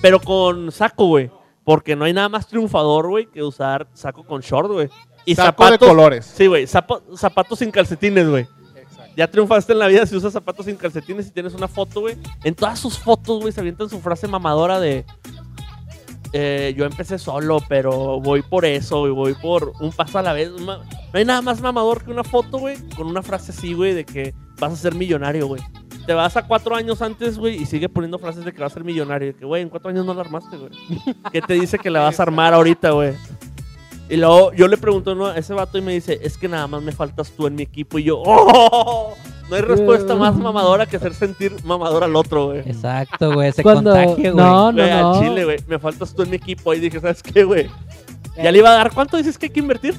[SPEAKER 1] pero con saco, güey. Porque no hay nada más triunfador, güey, que usar saco con short, güey. Y
[SPEAKER 5] saco de
[SPEAKER 1] zapatos.
[SPEAKER 5] colores.
[SPEAKER 1] Sí, güey, zapo- zapatos sin calcetines, güey.
[SPEAKER 5] Exacto.
[SPEAKER 1] Ya triunfaste en la vida si usas zapatos sin calcetines y tienes una foto, güey. En todas sus fotos, güey, se avientan su frase mamadora de. eh, yo empecé solo, pero voy por eso, y voy por un paso a la vez. Ma- No hay nada más mamador que una foto, güey, con una frase así, güey, de que vas a ser millonario, güey. Te vas a cuatro años antes, güey, y sigue poniendo frases de que vas a ser millonario. Que, güey, en cuatro años no la armaste,
[SPEAKER 3] [laughs]
[SPEAKER 1] güey. ¿Qué te dice que la vas a armar ahorita, güey? Y luego yo le pregunto ¿no? a ese vato y me dice, es que nada más me faltas tú en mi equipo. Y yo, ¡oh! No hay respuesta más mamadora que hacer sentir mamador al otro, güey.
[SPEAKER 2] Exacto, güey. Se
[SPEAKER 3] Cuando-
[SPEAKER 2] contagia, güey.
[SPEAKER 3] no,
[SPEAKER 1] Güey, al
[SPEAKER 3] no.
[SPEAKER 1] Chile, güey. Me faltas tú en mi equipo. Y dije, ¿sabes qué, güey? Ya le iba a dar. ¿Cuánto dices que hay que invertir?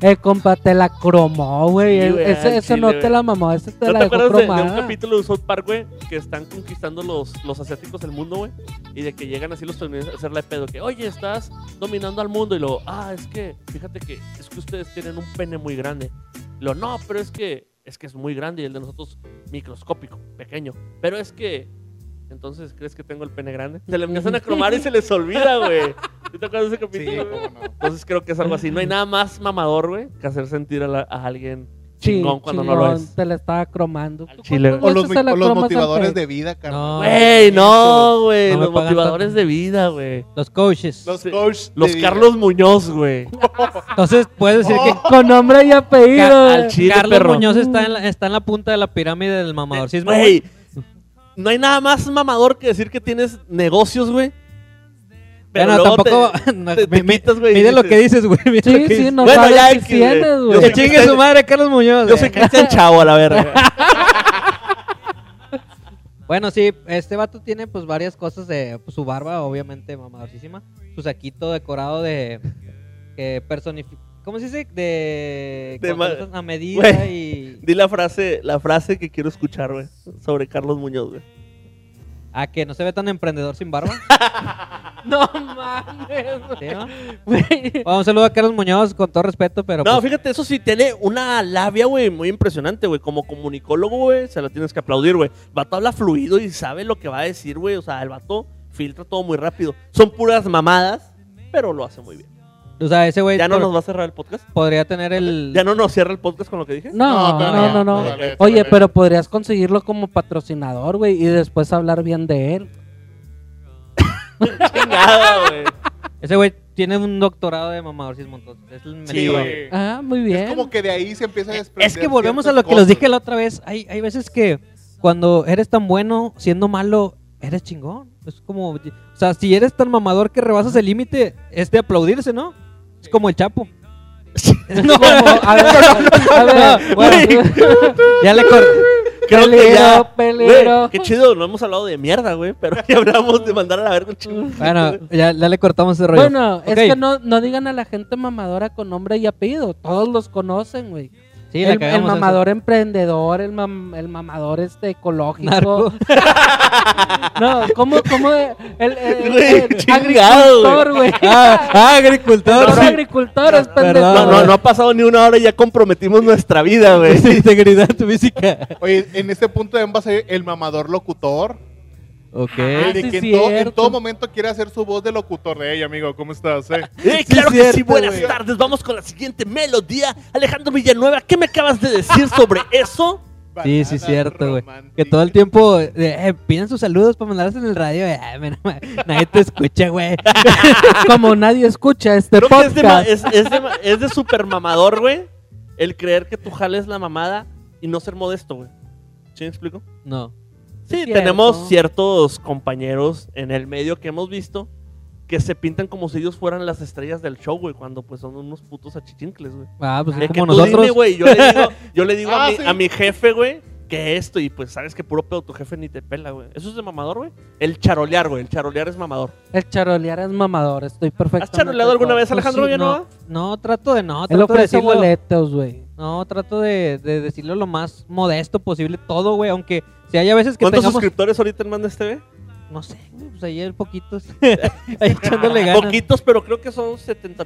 [SPEAKER 3] El compa te la cromó, güey.
[SPEAKER 1] Sí,
[SPEAKER 3] El-
[SPEAKER 1] güey, al
[SPEAKER 3] ese ese
[SPEAKER 1] chile,
[SPEAKER 3] no
[SPEAKER 1] güey.
[SPEAKER 3] te la mamó, ese te
[SPEAKER 1] ¿No
[SPEAKER 3] la
[SPEAKER 1] te
[SPEAKER 3] dejó
[SPEAKER 1] acuerdas de, de un
[SPEAKER 3] cromada.
[SPEAKER 1] capítulo de South Park, güey? Que están conquistando los, los asiáticos el mundo, güey. Y de que llegan así los estadounidenses a hacerle pedo. Que, oye, estás dominando al mundo. Y luego, ah, es que, fíjate que es que ustedes tienen un pene muy grande. Y Lo, no, pero es que es que es muy grande y el de nosotros microscópico, pequeño. Pero es que, entonces, ¿crees que tengo el pene grande? Se le empiezan a cromar y se les olvida, güey. ¿Sí ¿Te acuerdas de ese
[SPEAKER 5] Sí,
[SPEAKER 1] capítulo?
[SPEAKER 2] [laughs]
[SPEAKER 5] cómo no.
[SPEAKER 1] Entonces creo que es algo así. No hay nada más mamador, güey, que hacer sentir a, la- a alguien
[SPEAKER 3] Sí,
[SPEAKER 1] chingón cuando no lo
[SPEAKER 3] chingón,
[SPEAKER 1] es.
[SPEAKER 3] Te la estaba cromando.
[SPEAKER 1] Al chile, güey.
[SPEAKER 5] O los,
[SPEAKER 3] Ese se la
[SPEAKER 5] o los
[SPEAKER 3] cromas al
[SPEAKER 5] motivadores
[SPEAKER 3] Fer.
[SPEAKER 5] de vida, carnal.
[SPEAKER 2] No,
[SPEAKER 1] Güey, no, güey.
[SPEAKER 2] No me
[SPEAKER 1] los
[SPEAKER 2] pagan
[SPEAKER 1] motivadores
[SPEAKER 2] tanto.
[SPEAKER 1] de vida, güey.
[SPEAKER 2] Los coaches.
[SPEAKER 5] Los
[SPEAKER 1] Sí.
[SPEAKER 5] coaches.
[SPEAKER 1] Los Carlos Muñoz, güey.
[SPEAKER 2] Entonces, puedes
[SPEAKER 1] Oh.
[SPEAKER 2] decir que
[SPEAKER 3] Con nombre y apellido.
[SPEAKER 2] Ca-
[SPEAKER 1] al
[SPEAKER 3] güey.
[SPEAKER 1] chi- Chile,
[SPEAKER 2] Carlos
[SPEAKER 1] perro.
[SPEAKER 2] Muñoz está en, la, está en la punta de la pirámide del mamadorcismo.
[SPEAKER 1] Güey. No hay nada más mamador que decir que tienes negocios, güey.
[SPEAKER 2] Pero
[SPEAKER 1] luego te-
[SPEAKER 2] tampoco. [laughs] no,
[SPEAKER 1] te- te
[SPEAKER 2] mi- mi-
[SPEAKER 1] quitas, güey, y
[SPEAKER 2] mide lo
[SPEAKER 1] dices-
[SPEAKER 2] que dices, güey. mide lo
[SPEAKER 3] Sí,
[SPEAKER 2] que
[SPEAKER 3] sí,
[SPEAKER 2] dices.
[SPEAKER 3] no
[SPEAKER 1] Bueno,
[SPEAKER 3] sabes
[SPEAKER 1] ya
[SPEAKER 3] qué
[SPEAKER 1] X, güey.
[SPEAKER 3] tienes,
[SPEAKER 1] Yo
[SPEAKER 2] Que
[SPEAKER 1] sé
[SPEAKER 3] güey.
[SPEAKER 2] chingue su madre, Carlos Muñoz. eh.
[SPEAKER 1] Yo
[SPEAKER 2] güey.
[SPEAKER 1] soy Cristian Chavo, a la verga.
[SPEAKER 2] Bueno, sí, este vato tiene pues varias cosas de pues, su barba, obviamente, mamadorcísima. Su saquito decorado de. Que personifica. ¿Cómo se dice? De.
[SPEAKER 1] De
[SPEAKER 2] cuando
[SPEAKER 1] ma-
[SPEAKER 2] estás a medida
[SPEAKER 1] Güey.
[SPEAKER 2] y.
[SPEAKER 1] Di la frase, la frase que quiero escuchar, güey, sobre Carlos Muñoz, güey.
[SPEAKER 2] A que no se ve tan emprendedor
[SPEAKER 1] [laughs]
[SPEAKER 2] sin barba.
[SPEAKER 3] No mames,
[SPEAKER 2] ¿sí,
[SPEAKER 3] güey.
[SPEAKER 2] no?
[SPEAKER 3] güey.
[SPEAKER 2] Bueno, un saludo a Carlos Muñoz, con todo respeto, pero.
[SPEAKER 1] No,
[SPEAKER 2] pues,
[SPEAKER 1] fíjate, eso sí tiene una labia, güey, muy impresionante, güey. Como comunicólogo, güey, se la tienes que aplaudir, güey. El Vato habla fluido y sabe lo que va a decir, güey. O sea, el vato filtra todo muy rápido. Son puras mamadas, pero lo hace muy bien.
[SPEAKER 2] o sea, ese güey
[SPEAKER 1] ¿Ya no
[SPEAKER 2] por-
[SPEAKER 1] nos va a cerrar el podcast?
[SPEAKER 2] podría tener el.
[SPEAKER 1] ¿Ya no nos cierra el podcast con lo que dije?
[SPEAKER 3] No,
[SPEAKER 5] pero
[SPEAKER 3] no, no, no.
[SPEAKER 5] Dale, dale.
[SPEAKER 3] Oye, pero podrías conseguirlo como patrocinador, güey, y después hablar bien de él.
[SPEAKER 1] [laughs] Chingada,
[SPEAKER 2] [laughs]
[SPEAKER 1] güey.
[SPEAKER 2] Ese güey tiene un doctorado de mamadorcismo, entonces. Es el
[SPEAKER 5] Sí,
[SPEAKER 2] mejor.
[SPEAKER 5] güey.
[SPEAKER 3] Ah, muy bien.
[SPEAKER 5] Es como que de ahí se empieza a desprender.
[SPEAKER 2] Es que volvemos a
[SPEAKER 5] ciertas
[SPEAKER 2] lo que les
[SPEAKER 5] cosas.
[SPEAKER 2] dije la otra vez. Hay, hay veces que cuando eres tan bueno, siendo malo, eres chingón. Es como. O sea, si eres tan mamador que rebasas el límite, es de aplaudirse, ¿no? Es como el Chapo. No,
[SPEAKER 3] Como- a ver, a ver, bueno,
[SPEAKER 2] ya le corté.
[SPEAKER 1] Creo que ya.
[SPEAKER 3] Peligro,
[SPEAKER 1] güey,
[SPEAKER 3] peligro.
[SPEAKER 1] qué chido, no hemos hablado de mierda, güey, pero [laughs] ya hablamos de mandar a la verga un chingo. de gente, güey.
[SPEAKER 2] Bueno, ya, ya le cortamos ese rollo.
[SPEAKER 3] Bueno,
[SPEAKER 2] Ok.
[SPEAKER 3] es que no, no digan a la gente mamadora con nombre y apellido. Todos los conocen, güey.
[SPEAKER 2] sí, la
[SPEAKER 3] el, el
[SPEAKER 2] cagamos esa.
[SPEAKER 3] mamador emprendedor, el, mam- el mamador este ecológico.
[SPEAKER 2] Narco.
[SPEAKER 3] [laughs] No, ¿cómo, cómo? El, el- el-
[SPEAKER 1] Güey,
[SPEAKER 3] el
[SPEAKER 1] chingado,
[SPEAKER 3] agricultor, güey.
[SPEAKER 2] Ah, ah,
[SPEAKER 3] [laughs] No,
[SPEAKER 2] agricultor.
[SPEAKER 3] no,
[SPEAKER 2] sí.
[SPEAKER 3] agricultores,
[SPEAKER 2] Perdón,
[SPEAKER 1] No,
[SPEAKER 3] pendejo.
[SPEAKER 1] no,
[SPEAKER 3] güey.
[SPEAKER 1] no ha pasado ni una hora y ya comprometimos nuestra vida,
[SPEAKER 2] [laughs]
[SPEAKER 1] güey.
[SPEAKER 2] integridad física.
[SPEAKER 5] Oye, en este punto también va a ser el mamador locutor.
[SPEAKER 2] Ok.
[SPEAKER 3] Ah,
[SPEAKER 5] el de
[SPEAKER 3] sí,
[SPEAKER 5] que en, todo- en
[SPEAKER 3] cierto.
[SPEAKER 5] todo momento quiere hacer su voz de locutor. de ella, amigo, ¿cómo estás? eh?"
[SPEAKER 1] Eh,
[SPEAKER 2] Sí,
[SPEAKER 1] claro que sí,
[SPEAKER 2] cierto,
[SPEAKER 1] buenas
[SPEAKER 2] güey.
[SPEAKER 1] tardes. Vamos con la siguiente melodía. Alejandro Villanueva, ¿qué me acabas de decir sobre eso?
[SPEAKER 2] [laughs] Sí, sí, cierto, güey. Que todo el tiempo eh, eh, piden sus saludos para mandarlos en el radio. eh, ay, mira, ma- nadie te escucha, güey.
[SPEAKER 3] [laughs] Como nadie escucha este
[SPEAKER 1] Creo que es de, ma-
[SPEAKER 3] podcast.
[SPEAKER 1] es, es de ma- es de super mamador, güey. El creer que tú jales la mamada y no ser modesto, güey. ¿Sí me explico?
[SPEAKER 2] No.
[SPEAKER 1] Sí,
[SPEAKER 3] cierto.
[SPEAKER 1] tenemos ciertos compañeros en el medio que hemos visto que se pintan como si ellos fueran las estrellas del show, güey, cuando pues son unos putos achichincles, güey.
[SPEAKER 2] Ah, pues
[SPEAKER 1] De que
[SPEAKER 2] como
[SPEAKER 1] tú dime,
[SPEAKER 2] nosotros.
[SPEAKER 1] güey, yo le
[SPEAKER 3] [laughs]
[SPEAKER 1] digo, yo le digo a,
[SPEAKER 5] Ah,
[SPEAKER 1] mi,
[SPEAKER 5] sí.
[SPEAKER 1] a mi jefe, güey, que esto, y pues sabes que puro pedo tu jefe ni te pela, güey. Eso es de mamador, güey. El charolear, güey. El charolear es mamador.
[SPEAKER 3] El charolear es mamador, estoy perfecto.
[SPEAKER 1] ¿Has charoleado alguna vez, Alejandro
[SPEAKER 2] Pues sí,
[SPEAKER 1] Villanueva?
[SPEAKER 2] no, no, trato de no.
[SPEAKER 3] Él
[SPEAKER 2] Trato de
[SPEAKER 3] ofrece
[SPEAKER 2] decirlo,
[SPEAKER 3] boletos, güey.
[SPEAKER 2] no, trato de, de decirlo lo más modesto posible todo, güey. Aunque si hay a veces que
[SPEAKER 1] ¿Cuántos
[SPEAKER 2] tengamos...
[SPEAKER 1] suscriptores ahorita en Este Manda TV?
[SPEAKER 2] No sé, güey, pues ayer poquitos. [laughs] ahí
[SPEAKER 3] [laughs]
[SPEAKER 2] echándole ganas.
[SPEAKER 1] Ah, Poquitos, pero creo que son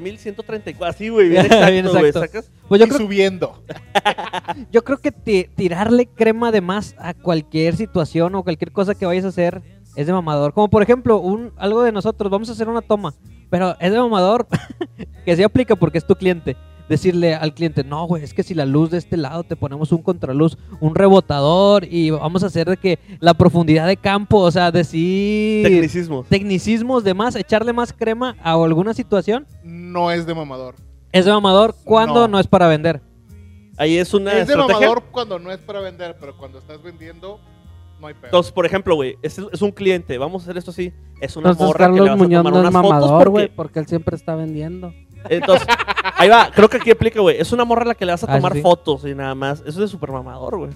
[SPEAKER 1] 70.134. Así, güey,
[SPEAKER 3] [laughs]
[SPEAKER 1] bien
[SPEAKER 2] Bien
[SPEAKER 1] exacto, güey.
[SPEAKER 2] exacto.
[SPEAKER 1] Sacas
[SPEAKER 2] Pues
[SPEAKER 5] Y
[SPEAKER 2] yo creo
[SPEAKER 5] subiendo.
[SPEAKER 2] Yo creo que ti- tirarle crema de más a cualquier situación o cualquier cosa que vayas a hacer es de mamador. Como por ejemplo, un, algo de nosotros, vamos a hacer una toma, pero es de mamador [laughs] que se aplica porque es tu cliente. Decirle al cliente, no, güey, es que si la luz de este lado te ponemos un contraluz, un rebotador y vamos a hacer de que la profundidad de campo, o sea, decir
[SPEAKER 1] tecnicismos.
[SPEAKER 2] tecnicismos de más, echarle más crema a alguna situación,
[SPEAKER 5] No es de mamador.
[SPEAKER 2] es de mamador cuando
[SPEAKER 5] No.
[SPEAKER 2] no es para vender.
[SPEAKER 1] Ahí es una
[SPEAKER 5] es de
[SPEAKER 1] estrategia.
[SPEAKER 5] mamador cuando no es para vender, pero cuando estás vendiendo, no hay pedo.
[SPEAKER 1] Entonces, por ejemplo, güey, es, es un cliente, vamos a hacer esto así. Es una
[SPEAKER 3] Entonces
[SPEAKER 1] morra que le
[SPEAKER 3] Carlos
[SPEAKER 1] vas a
[SPEAKER 3] Muñoz
[SPEAKER 1] tomar
[SPEAKER 3] no
[SPEAKER 1] unas
[SPEAKER 3] es
[SPEAKER 1] fotos
[SPEAKER 3] mamador, güey,
[SPEAKER 1] porque...
[SPEAKER 3] porque... él siempre está vendiendo.
[SPEAKER 1] Entonces, ahí va, creo que aquí aplica, güey. Es una morra a la que le vas a
[SPEAKER 2] Ah,
[SPEAKER 1] tomar
[SPEAKER 2] sí.
[SPEAKER 1] fotos y nada más. Eso es de super mamador, güey.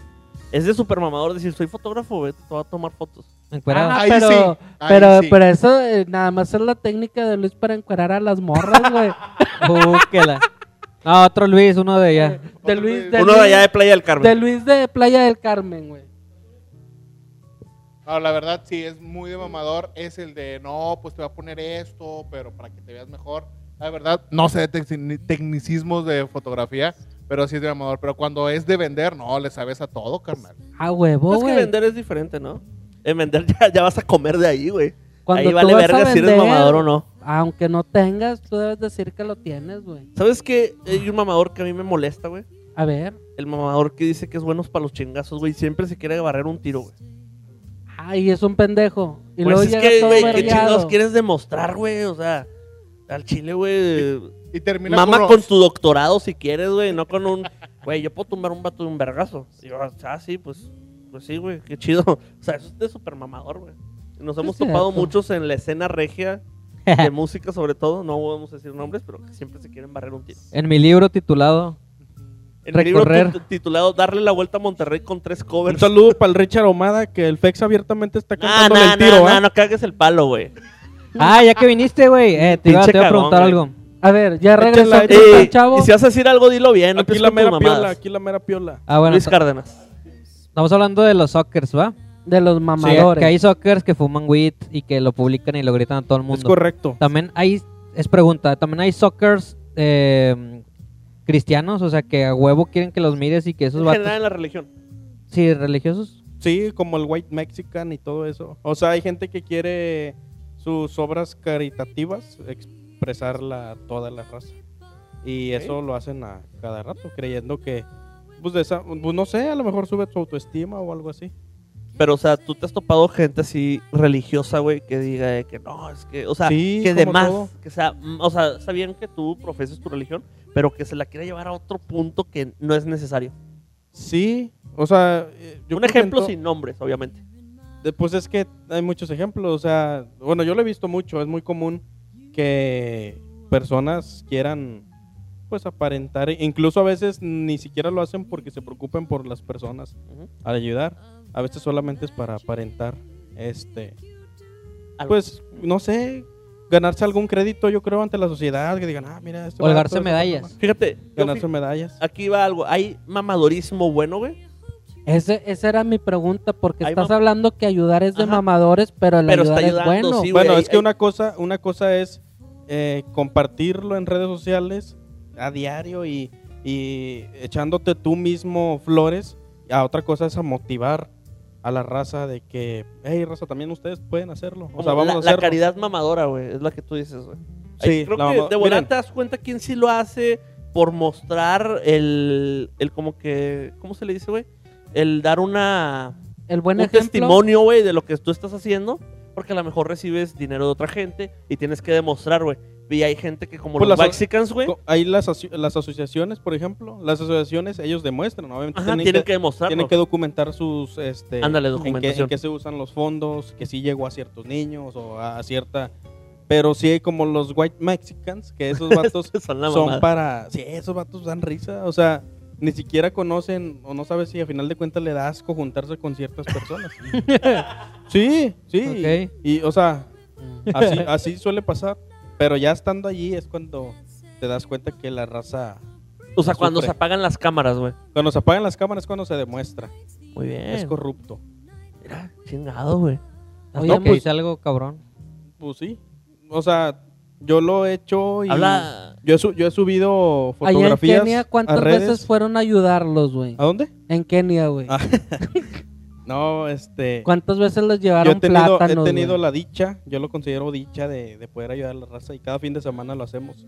[SPEAKER 1] Es de super mamador decir, soy fotógrafo, güey, te voy a tomar fotos.
[SPEAKER 2] Encuerado.
[SPEAKER 3] Ah,
[SPEAKER 5] Ahí
[SPEAKER 3] pero,
[SPEAKER 5] sí, ahí
[SPEAKER 3] pero,
[SPEAKER 5] sí.
[SPEAKER 3] pero eso eh, nada más es la técnica de Luis para encuerar a las morras, güey.
[SPEAKER 1] Ah.
[SPEAKER 2] [laughs] Uh, que la- No, otro Luis, uno de allá.
[SPEAKER 5] Otro
[SPEAKER 3] de Luis,
[SPEAKER 5] Luis.
[SPEAKER 3] de
[SPEAKER 1] Uno
[SPEAKER 3] Luis,
[SPEAKER 1] de allá de Playa del
[SPEAKER 3] de
[SPEAKER 1] Carmen.
[SPEAKER 3] Luis de Playa del Carmen, güey.
[SPEAKER 5] No, Ah, la verdad sí, es muy de mamador. Es el de, no, pues te voy a poner esto, pero para que te veas mejor. La verdad, no sé de tec- tecnicismos de fotografía, pero sí es de mamador. Pero cuando es de vender, no, le sabes a todo, carnal.
[SPEAKER 3] Ah, huevo,
[SPEAKER 1] Pues Es que
[SPEAKER 3] güey.
[SPEAKER 1] vender es diferente, ¿no? En vender ya, ya vas a comer de ahí, güey.
[SPEAKER 3] Cuando
[SPEAKER 1] Ahí
[SPEAKER 3] tú
[SPEAKER 1] vale
[SPEAKER 3] vas a
[SPEAKER 1] verga si eres
[SPEAKER 3] vender,
[SPEAKER 1] mamador o no.
[SPEAKER 3] Aunque no tengas, tú debes decir que lo tienes, güey.
[SPEAKER 1] ¿Sabes qué? Hay un mamador que a mí me molesta, güey.
[SPEAKER 3] A ver.
[SPEAKER 1] El mamador que dice que es bueno para los chingazos, güey. Siempre se quiere barrer un tiro, güey.
[SPEAKER 3] Ay, es un pendejo. Y
[SPEAKER 1] Pues
[SPEAKER 3] luego
[SPEAKER 1] es
[SPEAKER 3] llega
[SPEAKER 1] que,
[SPEAKER 3] todo
[SPEAKER 1] güey, ¿qué
[SPEAKER 3] vergueado.
[SPEAKER 1] chingados quieres demostrar, güey? O sea, al chile, güey.
[SPEAKER 5] Y termina
[SPEAKER 1] Mama
[SPEAKER 5] uno,
[SPEAKER 1] con tu doctorado si quieres, güey. No con un. Güey, yo puedo tumbar un vato de un vergazo. Y yo, ah, sí, pues. Pues sí, güey, qué chido. [laughs] O sea, eso es de super mamador, güey. Y Nos hemos
[SPEAKER 3] Es
[SPEAKER 1] topado
[SPEAKER 3] cierto.
[SPEAKER 1] muchos en la escena regia,
[SPEAKER 3] [laughs]
[SPEAKER 1] de música sobre todo. No vamos a decir nombres, pero que siempre se quieren barrer un tiro.
[SPEAKER 3] Eh,
[SPEAKER 2] En mi
[SPEAKER 1] [laughs]
[SPEAKER 2] libro titulado
[SPEAKER 1] En el libro
[SPEAKER 2] Recorrer.
[SPEAKER 1] tit- titulado Darle la vuelta a Monterrey con tres
[SPEAKER 4] [laughs] Un
[SPEAKER 1] covers. [laughs]
[SPEAKER 4] saludo para el Richard Omada, que el Fex abiertamente está
[SPEAKER 1] Ah,
[SPEAKER 4] cantando
[SPEAKER 1] no,
[SPEAKER 4] el tiro,
[SPEAKER 1] no,
[SPEAKER 4] ¿ah?
[SPEAKER 1] no, no cagues el palo, güey.
[SPEAKER 2] Ah, ya que viniste, güey. Eh, te, iba,
[SPEAKER 1] Pinche
[SPEAKER 2] te iba
[SPEAKER 1] cagón,
[SPEAKER 2] a preguntar
[SPEAKER 1] güey.
[SPEAKER 2] algo.
[SPEAKER 3] A ver, ya
[SPEAKER 4] Échala,
[SPEAKER 3] regresó
[SPEAKER 4] échala.
[SPEAKER 3] aquí
[SPEAKER 1] Ey,
[SPEAKER 3] el chavo.
[SPEAKER 1] Y si vas a decir algo, dilo bien. No
[SPEAKER 4] Aquí
[SPEAKER 1] empieces
[SPEAKER 4] la
[SPEAKER 1] con tus
[SPEAKER 4] mera piola,
[SPEAKER 1] mamadas.
[SPEAKER 4] aquí la mera piola.
[SPEAKER 2] Ah, bueno.
[SPEAKER 1] Luis
[SPEAKER 2] esta-
[SPEAKER 1] Cárdenas.
[SPEAKER 2] Estamos hablando de los sockers, ¿va?
[SPEAKER 3] De los
[SPEAKER 2] Sí, que hay
[SPEAKER 3] mamadores.
[SPEAKER 2] sockers que fuman weed y que lo publican y lo gritan a todo el mundo.
[SPEAKER 4] Es correcto.
[SPEAKER 2] También hay, es pregunta, también hay sockers eh, cristianos, o sea, que a huevo quieren que los mires y que esos
[SPEAKER 1] En general
[SPEAKER 2] vatos...
[SPEAKER 1] en la religión.
[SPEAKER 2] Sí, religiosos.
[SPEAKER 4] Sí, como el White Mexican y todo eso. O sea, hay gente que quiere sus obras caritativas expresarla a toda la raza. Y eso lo hacen a cada rato, creyendo que, pues, de esa- pues, no sé, a lo mejor sube su autoestima o algo así.
[SPEAKER 1] Pero, o sea, tú te has topado gente así religiosa, güey, que diga de que no, es que, o sea,
[SPEAKER 4] Sí,
[SPEAKER 1] que de
[SPEAKER 4] como
[SPEAKER 1] más,
[SPEAKER 4] todo.
[SPEAKER 1] que sea, mm, o sea, está bien que tú profeses tu religión, pero que se la quiera llevar a otro punto que no es necesario.
[SPEAKER 4] Sí, o sea, eh, yo
[SPEAKER 1] Un
[SPEAKER 4] creo que
[SPEAKER 1] ejemplo
[SPEAKER 4] en to-
[SPEAKER 1] sin nombres, obviamente.
[SPEAKER 4] de- Pues es que hay muchos ejemplos, o sea, bueno, yo lo he visto mucho, es muy común que personas quieran pues aparentar, incluso a veces ni siquiera lo hacen porque se preocupen por las personas
[SPEAKER 1] Ujú.
[SPEAKER 4] al ayudar, a veces solamente es para aparentar este
[SPEAKER 1] Algo.
[SPEAKER 4] pues no sé, ganarse algún crédito yo creo ante la sociedad, que digan, "Ah, mira, este
[SPEAKER 2] Colgarse
[SPEAKER 4] vato es esta
[SPEAKER 2] medallas.
[SPEAKER 4] persona".
[SPEAKER 1] Fíjate, yo
[SPEAKER 4] Ganarse
[SPEAKER 1] fí-
[SPEAKER 4] medallas.
[SPEAKER 1] aquí va algo. Hay mamadorismo bueno, güey,
[SPEAKER 3] Ese, esa era mi pregunta, porque
[SPEAKER 1] Hay
[SPEAKER 3] estás
[SPEAKER 1] mam-
[SPEAKER 3] hablando que ayudar es de
[SPEAKER 1] Ajá.
[SPEAKER 3] mamadores, pero el
[SPEAKER 1] pero está
[SPEAKER 3] ayudar
[SPEAKER 1] ayudando,
[SPEAKER 3] es bueno.
[SPEAKER 1] sí, güey. eh,
[SPEAKER 4] Bueno,
[SPEAKER 1] ahí-
[SPEAKER 4] es que
[SPEAKER 1] ahí-
[SPEAKER 4] una cosa, una cosa es eh, compartirlo en redes sociales a diario y, y echándote tú mismo flores. A otra cosa es a motivar a la raza de que, hey, raza, también ustedes pueden hacerlo. O sea,
[SPEAKER 1] como
[SPEAKER 4] vamos
[SPEAKER 1] la,
[SPEAKER 4] a
[SPEAKER 1] la
[SPEAKER 4] hacerlo.
[SPEAKER 1] caridad mamadora, güey, es la que tú dices, güey. Ahí
[SPEAKER 4] Sí,
[SPEAKER 1] creo
[SPEAKER 4] la
[SPEAKER 1] que
[SPEAKER 4] mamá-
[SPEAKER 1] de volada
[SPEAKER 4] miren.
[SPEAKER 1] te das cuenta quién sí lo hace por mostrar el, el como que, ¿cómo se le dice, güey? El dar una
[SPEAKER 3] El buen
[SPEAKER 1] un
[SPEAKER 3] ejemplo.
[SPEAKER 1] testimonio, güey, de lo que tú estás haciendo, porque a lo mejor recibes dinero de otra gente y tienes que demostrar, güey. Y hay gente que como
[SPEAKER 4] Pues
[SPEAKER 1] los
[SPEAKER 4] las-
[SPEAKER 1] Mexicans, güey,
[SPEAKER 4] Co- Ahí las, aso- las asociaciones, por ejemplo, las asociaciones, ellos demuestran, obviamente.
[SPEAKER 1] ajá,
[SPEAKER 4] tienen
[SPEAKER 1] tienen
[SPEAKER 4] que-
[SPEAKER 1] que demostrarlo.
[SPEAKER 4] tienen que documentar sus este
[SPEAKER 1] Ándale,
[SPEAKER 4] en qué- en
[SPEAKER 1] documentación.
[SPEAKER 4] qué se usan los fondos que sí llegó a ciertos niños o a, a cierta pero sí hay como los white mexicans
[SPEAKER 1] [laughs]
[SPEAKER 4] que esos vatos
[SPEAKER 1] [laughs] Son la
[SPEAKER 4] son
[SPEAKER 1] mamada.
[SPEAKER 4] para sí esos vatos dan risa o sea ni siquiera conocen o no sabes si a final de cuentas le da asco juntarse con ciertas
[SPEAKER 1] [laughs]
[SPEAKER 4] personas sí sí
[SPEAKER 2] Ok.
[SPEAKER 4] y o sea así así suele pasar pero ya estando allí es cuando te das cuenta que la raza
[SPEAKER 1] O sea, cuando
[SPEAKER 4] sufre.
[SPEAKER 1] se apagan las cámaras, güey.
[SPEAKER 4] cuando se apagan las cámaras es cuando se demuestra
[SPEAKER 1] Muy bien.
[SPEAKER 4] es Ah, corrupto
[SPEAKER 1] Mira, chingado, güey.
[SPEAKER 2] Oye,
[SPEAKER 1] No,
[SPEAKER 2] que
[SPEAKER 1] pues-
[SPEAKER 2] dice algo cabrón.
[SPEAKER 4] Pues sí. O sea, yo lo he hecho y.
[SPEAKER 1] Habla
[SPEAKER 4] Yo, he su- yo he subido
[SPEAKER 3] Allá en
[SPEAKER 4] fotografías.
[SPEAKER 3] Kenia,
[SPEAKER 4] a
[SPEAKER 3] ¿cuántas
[SPEAKER 4] redes.
[SPEAKER 3] veces fueron a ayudarlos, güey?
[SPEAKER 4] ¿A dónde?
[SPEAKER 3] En Kenia, güey.
[SPEAKER 4] Ah, No, este.
[SPEAKER 3] ¿Cuántas veces les
[SPEAKER 4] Yo he
[SPEAKER 3] llevaron
[SPEAKER 4] tenido, he
[SPEAKER 3] plátanos?
[SPEAKER 4] tenido
[SPEAKER 3] güey?
[SPEAKER 4] la dicha, yo lo considero dicha de, de poder ayudar a la raza y cada fin de semana lo hacemos.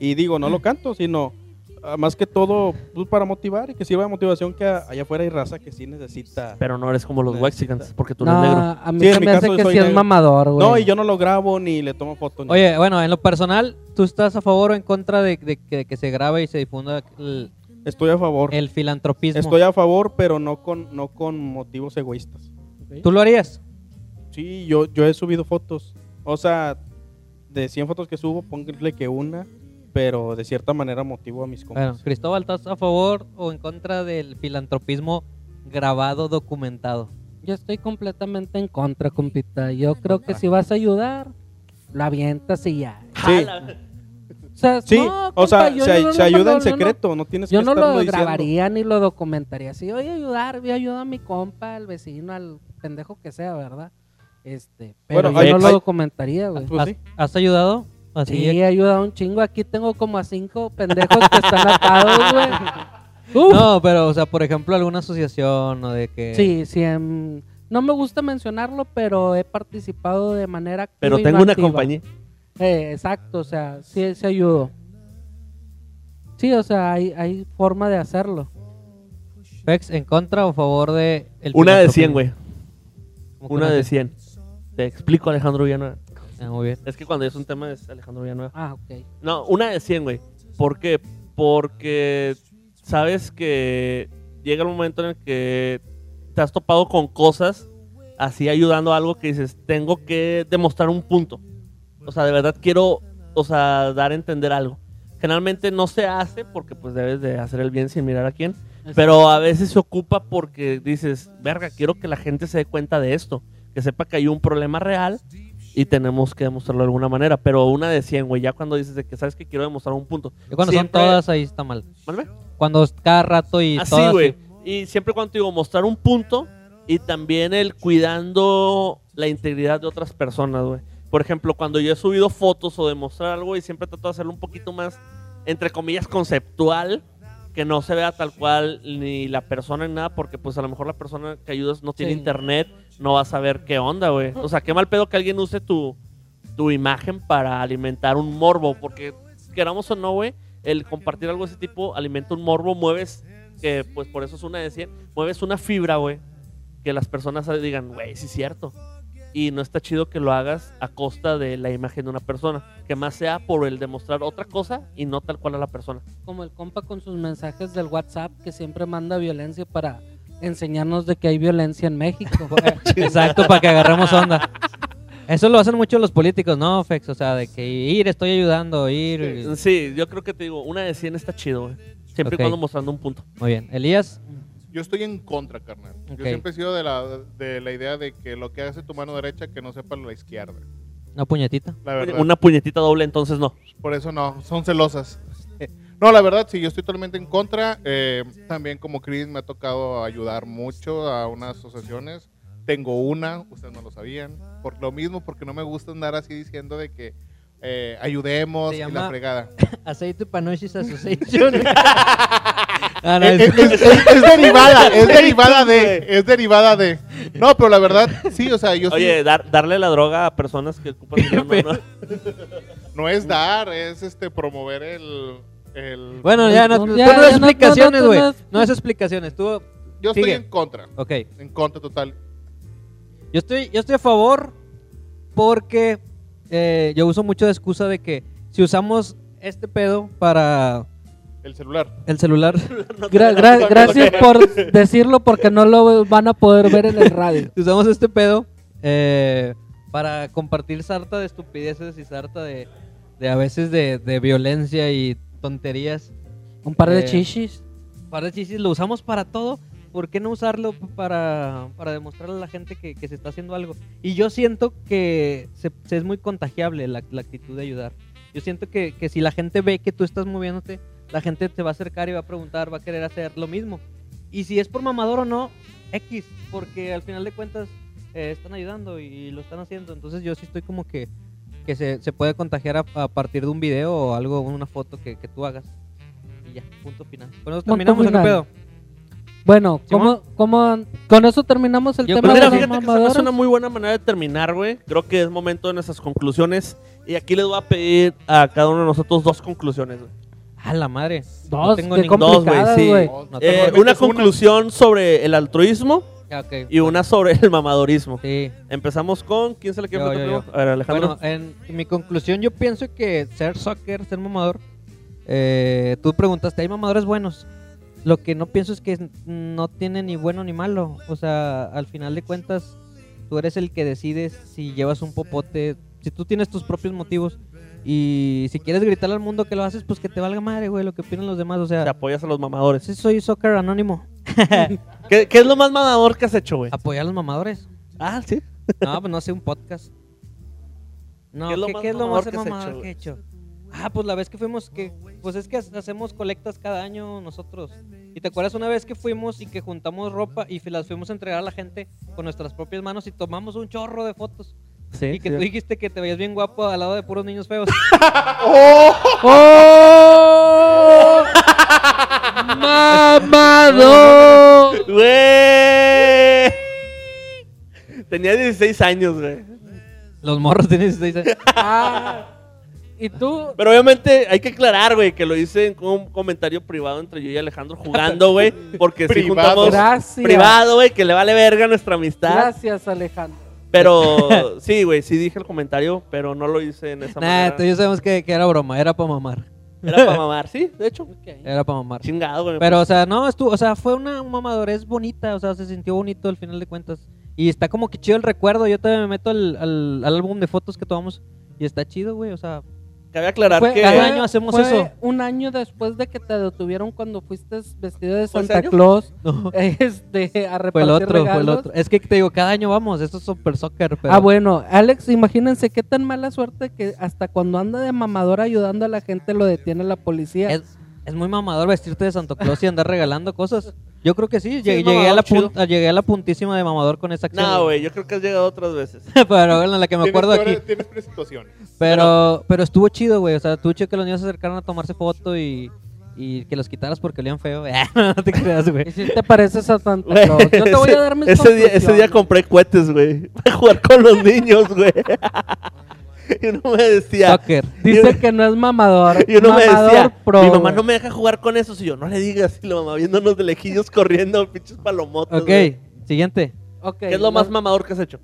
[SPEAKER 4] Y digo,
[SPEAKER 3] Mm.
[SPEAKER 4] no lo canto, sino ah, más que todo pues, para motivar y que sirva de motivación que a- allá afuera hay raza que sí necesita.
[SPEAKER 1] pero no eres como los
[SPEAKER 4] Necesita.
[SPEAKER 1] Mexicans, porque tú eres
[SPEAKER 3] No,
[SPEAKER 1] negro.
[SPEAKER 3] a mí
[SPEAKER 4] Sí, en
[SPEAKER 3] se
[SPEAKER 4] mi
[SPEAKER 3] me hace
[SPEAKER 4] caso
[SPEAKER 3] que
[SPEAKER 4] soy
[SPEAKER 3] sí es
[SPEAKER 4] negro.
[SPEAKER 3] mamador, güey.
[SPEAKER 4] No, y yo no lo grabo ni le tomo fotos. ni-
[SPEAKER 2] Oye, bueno, en lo personal, ¿tú estás a favor o en contra de, de que, que se grabe y se difunda el-
[SPEAKER 4] Estoy a favor.
[SPEAKER 2] El filantropismo.
[SPEAKER 4] Estoy a favor, pero no con, no con motivos egoístas.
[SPEAKER 2] ¿Tú lo harías?
[SPEAKER 4] Sí, yo, yo he subido fotos. O sea, de 100 fotos que subo, póngale que una, pero de cierta manera motivo a mis
[SPEAKER 2] Bueno,
[SPEAKER 4] compas.
[SPEAKER 2] Cristóbal, ¿estás a favor o en contra del filantropismo grabado, documentado?
[SPEAKER 3] Yo estoy completamente en contra, compita. Yo creo que si vas a ayudar, la avientas y ya.
[SPEAKER 4] Sí,
[SPEAKER 3] O sea,
[SPEAKER 4] sí.
[SPEAKER 3] no,
[SPEAKER 4] o
[SPEAKER 3] compa,
[SPEAKER 4] sea,
[SPEAKER 3] yo
[SPEAKER 4] se,
[SPEAKER 3] no lo-
[SPEAKER 4] se ayuda
[SPEAKER 3] no, yo
[SPEAKER 4] en
[SPEAKER 3] no-
[SPEAKER 4] secreto, no, tienes
[SPEAKER 3] Yo
[SPEAKER 4] que
[SPEAKER 3] no
[SPEAKER 4] estarlo
[SPEAKER 3] lo
[SPEAKER 4] diciendo.
[SPEAKER 3] grabaría ni lo documentaría. Si voy a ayudar, voy a ayudar a mi compa, al vecino, al pendejo que sea, ¿verdad? Este, pero
[SPEAKER 4] Bueno,
[SPEAKER 3] yo
[SPEAKER 4] hay-
[SPEAKER 3] no lo
[SPEAKER 4] hay-
[SPEAKER 3] documentaría, güey.
[SPEAKER 4] Pues
[SPEAKER 2] ¿Has,
[SPEAKER 4] sí.
[SPEAKER 2] has ayudado? Así
[SPEAKER 3] Sí, he ayudado un chingo. Aquí tengo como a cinco pendejos que están atados, güey.
[SPEAKER 4] [laughs]
[SPEAKER 3] Uf.
[SPEAKER 2] No, pero, o sea, por ejemplo, alguna asociación o de que...
[SPEAKER 3] Sí, sí. em, no me gusta mencionarlo, pero he participado de manera activa
[SPEAKER 1] Pero
[SPEAKER 3] y
[SPEAKER 1] tengo
[SPEAKER 3] no
[SPEAKER 1] una
[SPEAKER 3] activa.
[SPEAKER 1] compañía.
[SPEAKER 3] Eh, exacto, o sea, sí, sí ayudo. Sí, o sea, hay, hay forma de hacerlo.
[SPEAKER 2] Fex, ¿en contra o a favor de... el
[SPEAKER 1] Una de 100,
[SPEAKER 2] filantropismo?
[SPEAKER 1] güey.
[SPEAKER 2] Como que
[SPEAKER 1] Una
[SPEAKER 2] no
[SPEAKER 1] de
[SPEAKER 2] sé.
[SPEAKER 1] 100. Te explico, Alejandro Villanueva.
[SPEAKER 2] Ah, muy bien.
[SPEAKER 1] Es que cuando es un tema es Alejandro Villanueva.
[SPEAKER 3] Ah, ok.
[SPEAKER 1] No, una de 100, güey. ¿Por qué? Porque sabes que llega el momento en el que te has topado con cosas así ayudando a algo que dices, tengo que demostrar un punto. O sea, de verdad quiero, o sea, dar a entender algo. Generalmente no se hace porque pues debes de hacer el bien sin mirar a quién. Pero a veces se ocupa porque dices, verga, quiero que la gente se dé cuenta de esto, que sepa que hay un problema real y tenemos que demostrarlo de alguna manera. Pero una de 100, güey, ya cuando dices de que sabes que quiero demostrar un punto.
[SPEAKER 2] Y cuando
[SPEAKER 1] Siempre-
[SPEAKER 2] son todas, ahí está mal.
[SPEAKER 1] ¿Mande?
[SPEAKER 2] Cuando es cada rato y
[SPEAKER 1] Así,
[SPEAKER 2] todas...
[SPEAKER 1] güey. Y siempre cuando te digo mostrar un punto y también el cuidando la integridad de otras personas, güey. Por ejemplo, cuando yo he subido fotos o de mostrar algo y siempre trato de hacerlo un poquito más, entre comillas, conceptual, que no se vea tal cual ni la persona ni nada, porque pues a lo mejor la persona que ayudas no tiene
[SPEAKER 3] Sí.
[SPEAKER 1] internet, no va a saber qué onda, güey. O sea, qué mal pedo que alguien use tu, tu imagen para alimentar un morbo, porque queramos o no, güey, el compartir algo de ese tipo alimenta un morbo, mueves, que pues por eso es una de 100, mueves una fibra, güey, que las personas digan, güey, sí es cierto. Y no está chido que lo hagas a costa de la imagen de una persona, que más sea por el demostrar otra cosa y no tal cual a la persona.
[SPEAKER 3] Como el compa con sus mensajes del WhatsApp que siempre manda violencia para enseñarnos de que hay violencia
[SPEAKER 1] [laughs]
[SPEAKER 3] en México.
[SPEAKER 2] [laughs] Exacto, para que agarremos onda. Eso lo hacen mucho los políticos, ¿no, Fex? O sea, de que ir, estoy ayudando, ir... y-
[SPEAKER 1] Sí, yo creo que te digo, una de 100 está chido, güey. Siempre
[SPEAKER 2] Ok.
[SPEAKER 1] y cuando mostrando un punto.
[SPEAKER 2] Muy bien. Elías,
[SPEAKER 5] Yo estoy en contra, carnal.
[SPEAKER 2] Ok.
[SPEAKER 5] Yo siempre he sido de la, de la idea de que lo que hace tu mano derecha, que no sepa la izquierda.
[SPEAKER 2] una puñetita.
[SPEAKER 5] La verdad.
[SPEAKER 1] Una puñetita doble, entonces no.
[SPEAKER 5] Por eso no, son celosas. [laughs] No, la verdad, sí, yo estoy totalmente en contra. Eh, también como Chris me ha tocado ayudar mucho a unas asociaciones. Tengo una, ustedes no lo sabían. Por lo mismo, porque no me gusta andar así diciendo de que eh, ayudemos
[SPEAKER 2] Se
[SPEAKER 5] y
[SPEAKER 2] llama-
[SPEAKER 5] la fregada.
[SPEAKER 2] [laughs] Aceite Panoshis Association. [laughs] ah, no,
[SPEAKER 1] Eh,
[SPEAKER 2] es-
[SPEAKER 5] Es, es- es- es derivada, es derivada de, es derivada de. No, pero la verdad, sí, o sea, yo sí-
[SPEAKER 1] Oye, dar- darle la droga a personas que ocupan... no, no, no.
[SPEAKER 5] no es dar, es este promover el, el-
[SPEAKER 2] Bueno, ya no,
[SPEAKER 3] No,
[SPEAKER 2] tú
[SPEAKER 3] ya,
[SPEAKER 2] no das
[SPEAKER 3] ya, no,
[SPEAKER 2] explicaciones,
[SPEAKER 3] no, no,
[SPEAKER 2] güey. No,
[SPEAKER 3] no, no.
[SPEAKER 2] das explicaciones. Tú,
[SPEAKER 5] yo estoy
[SPEAKER 2] sigue.
[SPEAKER 5] en contra,
[SPEAKER 2] ok.
[SPEAKER 5] en contra total.
[SPEAKER 2] Yo estoy, yo estoy a favor porque eh, yo uso mucho de excusa de que si usamos este pedo para
[SPEAKER 5] El celular.
[SPEAKER 2] el celular, [laughs]
[SPEAKER 3] Gra- gra- gracias por decirlo porque no lo van a poder ver en el radio.
[SPEAKER 2] si usamos este pedo eh, para compartir sarta de estupideces y sarta de, de a veces de, de violencia y tonterías.
[SPEAKER 3] Un par de
[SPEAKER 2] Eh,
[SPEAKER 3] chichis.
[SPEAKER 2] Para decir, si lo usamos para todo, ¿por qué no usarlo para, para demostrarle a la gente que, que se está haciendo algo? Y yo siento que se, se es muy contagiable la, la actitud de ayudar. Yo siento que, que si la gente ve que tú estás moviéndote, la gente te va a acercar y va a preguntar, va a querer hacer lo mismo. Y si es por mamador o no, X, porque al final de cuentas eh, están ayudando y lo están haciendo. Entonces yo sí estoy como que, que se, se puede contagiar a, a partir de un video o algo, una foto que, que tú hagas. Y ya, punto final. Con eso
[SPEAKER 3] Punto
[SPEAKER 2] terminamos el
[SPEAKER 3] final.
[SPEAKER 2] pedo.
[SPEAKER 3] Bueno, ¿cómo, cómo, con eso terminamos el
[SPEAKER 2] Yo
[SPEAKER 3] tema
[SPEAKER 1] Pues
[SPEAKER 2] creo-
[SPEAKER 1] mira,
[SPEAKER 3] de los
[SPEAKER 1] fíjate que esa es una
[SPEAKER 3] mamadores.
[SPEAKER 1] muy buena manera de terminar, güey. Creo que es momento de nuestras conclusiones. Y aquí les voy a pedir a cada uno de nosotros dos conclusiones, güey.
[SPEAKER 2] A la madre.
[SPEAKER 3] Dos,
[SPEAKER 2] tengo
[SPEAKER 3] qué
[SPEAKER 2] ningún-
[SPEAKER 1] Dos, güey,
[SPEAKER 3] complicadas,
[SPEAKER 1] sí.
[SPEAKER 3] güey.
[SPEAKER 2] No
[SPEAKER 1] Eh,
[SPEAKER 2] tengo-
[SPEAKER 5] Normalmente
[SPEAKER 1] una
[SPEAKER 5] es una.
[SPEAKER 1] conclusión sobre el altruismo
[SPEAKER 2] Ah, ok.
[SPEAKER 1] y una sobre el mamadorismo.
[SPEAKER 2] Sí.
[SPEAKER 1] Empezamos con. ¿Quién se le quiere
[SPEAKER 2] Yo,
[SPEAKER 1] preguntar
[SPEAKER 2] yo, yo.
[SPEAKER 1] primero? A ver, Alejandro.
[SPEAKER 2] Bueno, en mi conclusión yo pienso que ser soccer, ser mamador, eh, tú preguntaste, ¿hay mamadores buenos? lo que no pienso es que es- no tiene ni bueno ni malo. O sea, al final de cuentas, tú eres el que decides si llevas un popote, si tú tienes tus propios motivos. Y si quieres gritarle al mundo que lo haces, pues que te valga madre, güey, lo que opinan los demás. O
[SPEAKER 1] Te
[SPEAKER 2] sea,
[SPEAKER 1] apoyas a los mamadores.
[SPEAKER 2] sí soy soccer anónimo.
[SPEAKER 1] ¿Qué, qué es lo más mamador que has hecho, güey?
[SPEAKER 2] Apoyar a los mamadores.
[SPEAKER 1] Ah, sí.
[SPEAKER 2] No, pues no sé, un podcast. No,
[SPEAKER 1] ¿Qué es
[SPEAKER 2] ¿qué
[SPEAKER 1] lo
[SPEAKER 2] qué
[SPEAKER 1] más
[SPEAKER 2] es lo
[SPEAKER 1] mamador
[SPEAKER 2] más
[SPEAKER 1] que has hecho,
[SPEAKER 2] mamador
[SPEAKER 1] güey?
[SPEAKER 2] que he hecho? Ah, pues la vez que fuimos, que pues es que ha- hacemos colectas cada año nosotros. ¿Y te acuerdas una vez que fuimos y que juntamos ropa y fi- las fuimos a entregar a la gente con nuestras propias manos y tomamos un chorro de fotos?
[SPEAKER 1] Sí.
[SPEAKER 2] y que tú dijiste que te veías bien guapo al lado de puros niños feos.
[SPEAKER 3] ¡Oh! ¡Mamado!
[SPEAKER 1] Güey. Tenía 16 años, güey.
[SPEAKER 2] Los morros tienen 16
[SPEAKER 3] [laughs]
[SPEAKER 2] años.
[SPEAKER 3] Ah, ¿Y tú?
[SPEAKER 1] Pero obviamente hay que aclarar, güey, que lo hice con un comentario privado entre yo y Alejandro jugando, güey. Porque si
[SPEAKER 5] Privado.
[SPEAKER 1] juntamos
[SPEAKER 3] Gracias.
[SPEAKER 1] privado, güey, que le vale verga nuestra amistad.
[SPEAKER 3] Gracias, Alejandro.
[SPEAKER 1] [laughs] Pero sí, güey, sí dije el comentario, pero no lo hice en esa
[SPEAKER 2] Nah,
[SPEAKER 1] manera.
[SPEAKER 2] tú y yo sabemos que, que era broma, era para mamar.
[SPEAKER 1] Era para mamar, sí, de hecho.
[SPEAKER 2] Era para mamar.
[SPEAKER 1] Chingado, güey.
[SPEAKER 2] Pero, o
[SPEAKER 3] pues.
[SPEAKER 2] sea, no, estuvo, o sea, fue una mamadorez bonita, o sea, se sintió bonito al final de cuentas. Y está como que chido el recuerdo, yo todavía me meto al, al- al álbum de fotos que tomamos y está chido, güey, o sea, [laughs]
[SPEAKER 1] Cabe aclarar
[SPEAKER 2] fue-
[SPEAKER 1] que.
[SPEAKER 2] cada año hacemos
[SPEAKER 3] Fue
[SPEAKER 2] eso.
[SPEAKER 3] Un año después de que te detuvieron cuando fuiste vestido de Santa
[SPEAKER 1] año?
[SPEAKER 3] Claus [laughs]
[SPEAKER 2] no,
[SPEAKER 3] este, a repartir
[SPEAKER 2] fue el otro, fue el
[SPEAKER 3] regalos.
[SPEAKER 2] otro. Es que te digo, cada año vamos, esto es super soccer, pero...
[SPEAKER 3] Ah, bueno, Alex, imagínense qué tan mala suerte que hasta cuando anda de mamador ayudando a la gente lo detiene la policía.
[SPEAKER 2] Es, es muy mamador vestirte de Santo Claus y andar regalando cosas. Yo creo que sí, llegué,
[SPEAKER 1] es
[SPEAKER 2] llegué a la
[SPEAKER 1] mamador,
[SPEAKER 2] punta, llegué a la puntísima de mamador con esa acción.
[SPEAKER 1] No, güey, yo creo que has llegado otras veces.
[SPEAKER 2] [laughs] pero bueno, la que me acuerdo
[SPEAKER 5] tienes,
[SPEAKER 2] aquí.
[SPEAKER 5] peores- Tienes tres
[SPEAKER 2] [laughs]
[SPEAKER 5] situaciones.
[SPEAKER 2] Pero, pero estuvo chido, güey. O sea, estuvo chido que los niños se acercaron a tomarse foto y, y que los quitaras porque olían feo. [laughs] no te creas,
[SPEAKER 3] ¿Y
[SPEAKER 2] güey.
[SPEAKER 3] si te pareces a Santa
[SPEAKER 1] Güey,
[SPEAKER 3] Claus? Yo te voy
[SPEAKER 1] ese-
[SPEAKER 3] a dar mis
[SPEAKER 1] ese día, ese día
[SPEAKER 3] conclusiones.
[SPEAKER 1] compré cohetes, güey. [laughs] Para jugar con los niños, güey. [laughs] y uno me decía.
[SPEAKER 2] Soccer.
[SPEAKER 3] Dice que no es
[SPEAKER 2] [laughs]
[SPEAKER 3] mamador.
[SPEAKER 1] Y uno me
[SPEAKER 3] mamador
[SPEAKER 1] decía,
[SPEAKER 3] pro.
[SPEAKER 1] mi mamá no me deja jugar con eso. Si yo, no le digas. Y la mamá viéndonos de lejillos corriendo, pinches palomotas.
[SPEAKER 2] Ok,
[SPEAKER 1] güey.
[SPEAKER 2] siguiente.
[SPEAKER 3] Ok,
[SPEAKER 1] ¿Qué es lo más
[SPEAKER 3] no-
[SPEAKER 1] mamador que has hecho?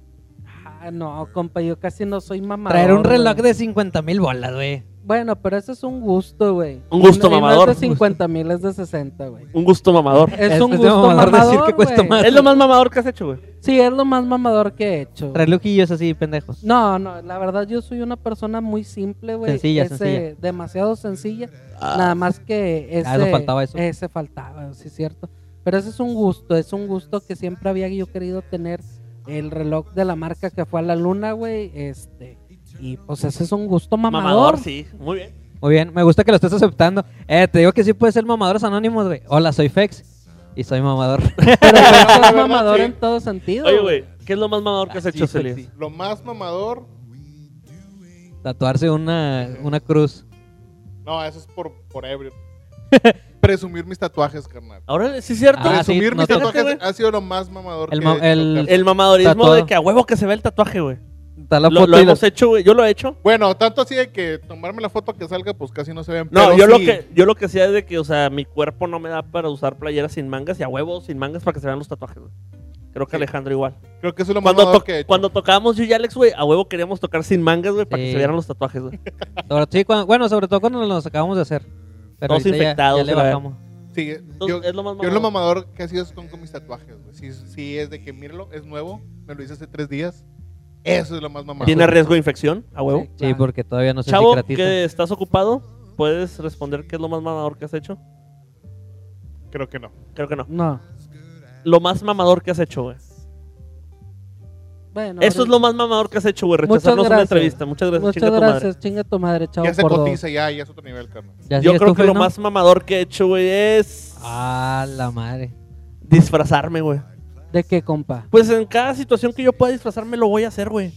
[SPEAKER 3] Ah, no, compa, yo casi no soy mamador.
[SPEAKER 2] Traer un reloj
[SPEAKER 3] güey.
[SPEAKER 2] de 50 mil bolas, güey.
[SPEAKER 3] Bueno, pero eso es un gusto, güey.
[SPEAKER 1] Un gusto
[SPEAKER 3] Y no- y no
[SPEAKER 1] mamador.
[SPEAKER 3] es de 50 mil, es de 60, güey.
[SPEAKER 1] Un gusto mamador.
[SPEAKER 3] Es
[SPEAKER 2] Este
[SPEAKER 3] un
[SPEAKER 2] es
[SPEAKER 3] gusto
[SPEAKER 2] mamador
[SPEAKER 3] mamador,
[SPEAKER 2] decir que cuesta
[SPEAKER 3] güey.
[SPEAKER 2] más.
[SPEAKER 1] es lo más mamador que has hecho, güey.
[SPEAKER 3] Sí, es lo más mamador que he hecho.
[SPEAKER 2] Traer lujillos así, pendejos.
[SPEAKER 3] No, no, la verdad yo soy una persona muy simple, güey.
[SPEAKER 2] Sencilla,
[SPEAKER 3] Ese-
[SPEAKER 2] sencilla.
[SPEAKER 3] Demasiado sencilla. Nada más que ese,
[SPEAKER 2] Ah, nos faltaba eso.
[SPEAKER 3] ese faltaba, sí es cierto. Pero ese es un gusto, es un gusto que siempre había yo querido tener el reloj de la marca que fue a la luna, güey. Este, y pues ese es un gusto mamador.
[SPEAKER 1] sí. Muy bien.
[SPEAKER 2] Muy bien, me gusta que lo estés aceptando. Eh, te digo que sí puedes ser mamadores anónimos, güey. Hola, soy Fex y soy mamador.
[SPEAKER 3] Pero
[SPEAKER 5] La
[SPEAKER 1] [laughs]
[SPEAKER 3] es
[SPEAKER 5] verdad,
[SPEAKER 3] mamador
[SPEAKER 5] sí.
[SPEAKER 3] en todo sentido.
[SPEAKER 1] Oye, güey, ¿qué es lo más mamador que has
[SPEAKER 2] Ah,
[SPEAKER 1] hecho,
[SPEAKER 2] sí, soy-
[SPEAKER 1] Celia?
[SPEAKER 2] sí.
[SPEAKER 5] Lo más mamador.
[SPEAKER 2] Tatuarse una, una cruz.
[SPEAKER 5] No, eso es por,
[SPEAKER 2] [laughs]
[SPEAKER 5] por ebrio. Presumir mis tatuajes, carnal.
[SPEAKER 1] Ahora, ¿sí es cierto?
[SPEAKER 2] Ah, sí,
[SPEAKER 5] Presumir
[SPEAKER 2] no
[SPEAKER 5] mis
[SPEAKER 2] te-
[SPEAKER 5] tatuajes
[SPEAKER 1] Fíjate,
[SPEAKER 5] ha sido lo más mamador
[SPEAKER 2] El
[SPEAKER 5] que
[SPEAKER 2] ma-
[SPEAKER 5] he hecho,
[SPEAKER 2] el-
[SPEAKER 5] carnal.
[SPEAKER 1] El mamadorismo
[SPEAKER 2] Tatuado.
[SPEAKER 1] de que a huevo que se ve el tatuaje, güey.
[SPEAKER 2] Da la
[SPEAKER 1] Lo,
[SPEAKER 2] foto
[SPEAKER 1] lo
[SPEAKER 2] y la-
[SPEAKER 1] hemos hecho, güey. Yo lo he hecho.
[SPEAKER 5] Bueno, tanto así de que tomarme la foto que salga, pues casi no se vean.
[SPEAKER 1] No,
[SPEAKER 5] pero
[SPEAKER 1] yo, lo
[SPEAKER 5] sí,
[SPEAKER 1] que, yo lo que hacía es de que, o sea, mi cuerpo no me da para usar playeras sin mangas y a huevo sin mangas para que se vean los tatuajes, güey. Creo que
[SPEAKER 5] Sí.
[SPEAKER 1] Alejandro igual.
[SPEAKER 5] Creo que eso es lo más
[SPEAKER 1] Cuando,
[SPEAKER 5] mamador
[SPEAKER 1] to-
[SPEAKER 5] que he hecho.
[SPEAKER 1] cuando tocábamos yo y Alex, güey, a huevo queríamos tocar sin mangas, güey, para que
[SPEAKER 2] Sí.
[SPEAKER 1] se vieran los tatuajes,
[SPEAKER 5] [laughs]
[SPEAKER 1] güey.
[SPEAKER 2] Sobre- sí, cuando- bueno, sobre todo cuando nos acabamos de hacer. Pero
[SPEAKER 1] Todos
[SPEAKER 2] ahorita ya-
[SPEAKER 1] infectados,
[SPEAKER 2] ya le
[SPEAKER 1] la verdad.
[SPEAKER 2] bajamos.
[SPEAKER 5] Sí, yo,
[SPEAKER 1] Entonces, es lo más
[SPEAKER 5] yo
[SPEAKER 1] mamador.
[SPEAKER 5] lo mamador que ha sido es con, con mis tatuajes, güey. Sí, sí, es de que míralo, es nuevo, me lo hice hace tres días. Eso es lo más mamador.
[SPEAKER 1] ¿Tiene riesgo de infección? A huevo.
[SPEAKER 2] Sí, porque todavía no sé
[SPEAKER 1] Chavo,
[SPEAKER 2] si gratito.
[SPEAKER 1] que estás ocupado, ¿puedes responder qué es lo más mamador que has hecho?
[SPEAKER 5] Creo que no.
[SPEAKER 1] Creo que no.
[SPEAKER 3] No.
[SPEAKER 1] Lo más mamador que has hecho, güey.
[SPEAKER 3] Bueno,
[SPEAKER 1] Eso es lo más mamador que has hecho, güey. Rechazarnos
[SPEAKER 3] Muchas
[SPEAKER 1] una
[SPEAKER 3] gracias.
[SPEAKER 1] entrevista. Muchas gracias.
[SPEAKER 3] Muchas
[SPEAKER 1] chinga tu madre.
[SPEAKER 3] gracias, chinga tu madre, chavo.
[SPEAKER 5] ya se
[SPEAKER 3] por dos.
[SPEAKER 5] cotiza, ya, ya es otro nivel, carnal.
[SPEAKER 2] Ya
[SPEAKER 1] Yo
[SPEAKER 2] sigues
[SPEAKER 1] creo
[SPEAKER 2] tú,
[SPEAKER 1] que
[SPEAKER 2] Fer,
[SPEAKER 1] lo
[SPEAKER 2] ¿no?
[SPEAKER 1] más mamador que he hecho, güey, es
[SPEAKER 2] Ah, la madre.
[SPEAKER 1] disfrazarme, güey.
[SPEAKER 3] ¿De qué, compa?
[SPEAKER 1] Pues en cada situación que yo pueda disfrazarme lo voy a hacer, güey.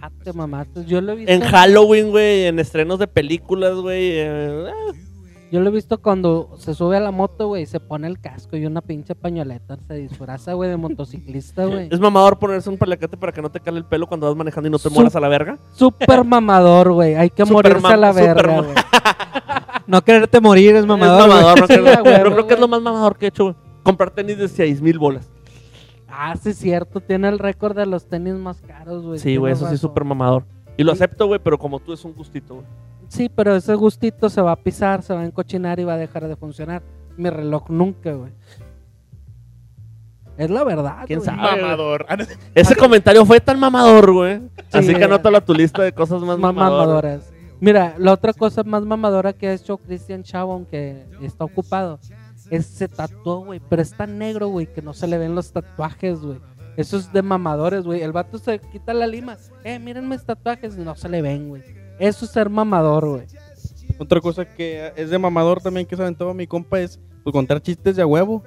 [SPEAKER 3] Ah, te mamaste. Yo lo he visto.
[SPEAKER 1] En Halloween, güey, en estrenos de películas, güey. eh, ah,
[SPEAKER 3] Yo lo he visto cuando se sube a la moto, güey, y se pone el casco y una pinche pañoleta, se disfraza, güey, de
[SPEAKER 1] [laughs]
[SPEAKER 3] motociclista, güey.
[SPEAKER 1] Es mamador ponerse un palacate para que no te cale el pelo cuando vas manejando y no te
[SPEAKER 3] Sup-
[SPEAKER 1] mueras a la verga.
[SPEAKER 3] Súper mamador, güey. Hay que
[SPEAKER 1] Superman-
[SPEAKER 3] morirse a la verga,
[SPEAKER 1] Superman.
[SPEAKER 3] güey.
[SPEAKER 2] No quererte morir es mamador.
[SPEAKER 1] es
[SPEAKER 2] [laughs]
[SPEAKER 1] mamador, no
[SPEAKER 3] güey.
[SPEAKER 1] creo,
[SPEAKER 3] Sí, a
[SPEAKER 1] pero
[SPEAKER 3] huevo,
[SPEAKER 1] creo que es
[SPEAKER 3] güey.
[SPEAKER 1] lo más mamador que he hecho, güey. Comprar tenis de 6 mil bolas.
[SPEAKER 3] Ah, sí, es cierto. Tiene el récord de los tenis más caros, güey.
[SPEAKER 1] Sí, güey,
[SPEAKER 3] Tienes
[SPEAKER 1] eso sí,
[SPEAKER 3] razón.
[SPEAKER 1] súper mamador. Y lo
[SPEAKER 3] Pues Sí.
[SPEAKER 1] acepto, güey, pero como tú es un gustito, güey.
[SPEAKER 3] Sí, pero ese gustito se va a pisar, se va a encochinar y va a dejar de funcionar. Mi reloj nunca, güey. Es la verdad.
[SPEAKER 1] ¿Quién
[SPEAKER 3] güey.
[SPEAKER 1] sabe?
[SPEAKER 5] Mamador. Ah, no,
[SPEAKER 1] Ese comentario fue tan mamador, güey. Así que
[SPEAKER 3] güey.
[SPEAKER 1] anótalo a tu lista de cosas más
[SPEAKER 3] Más
[SPEAKER 1] mamadoras.
[SPEAKER 3] mamadoras. Mira, la otra cosa más mamadora que ha hecho Christian Chavo, aunque está ocupado, es se tatuó, güey. Pero es tan negro, güey, que no se le ven los tatuajes, güey. Eso es de mamadores, güey. El vato se quita la lima. Eh, miren mis tatuajes. No se le ven, güey. Eso es ser mamador, güey.
[SPEAKER 4] Otra cosa que es de mamador también que se aventó mi compa es pues, contar chistes de
[SPEAKER 3] [laughs]
[SPEAKER 4] a huevo.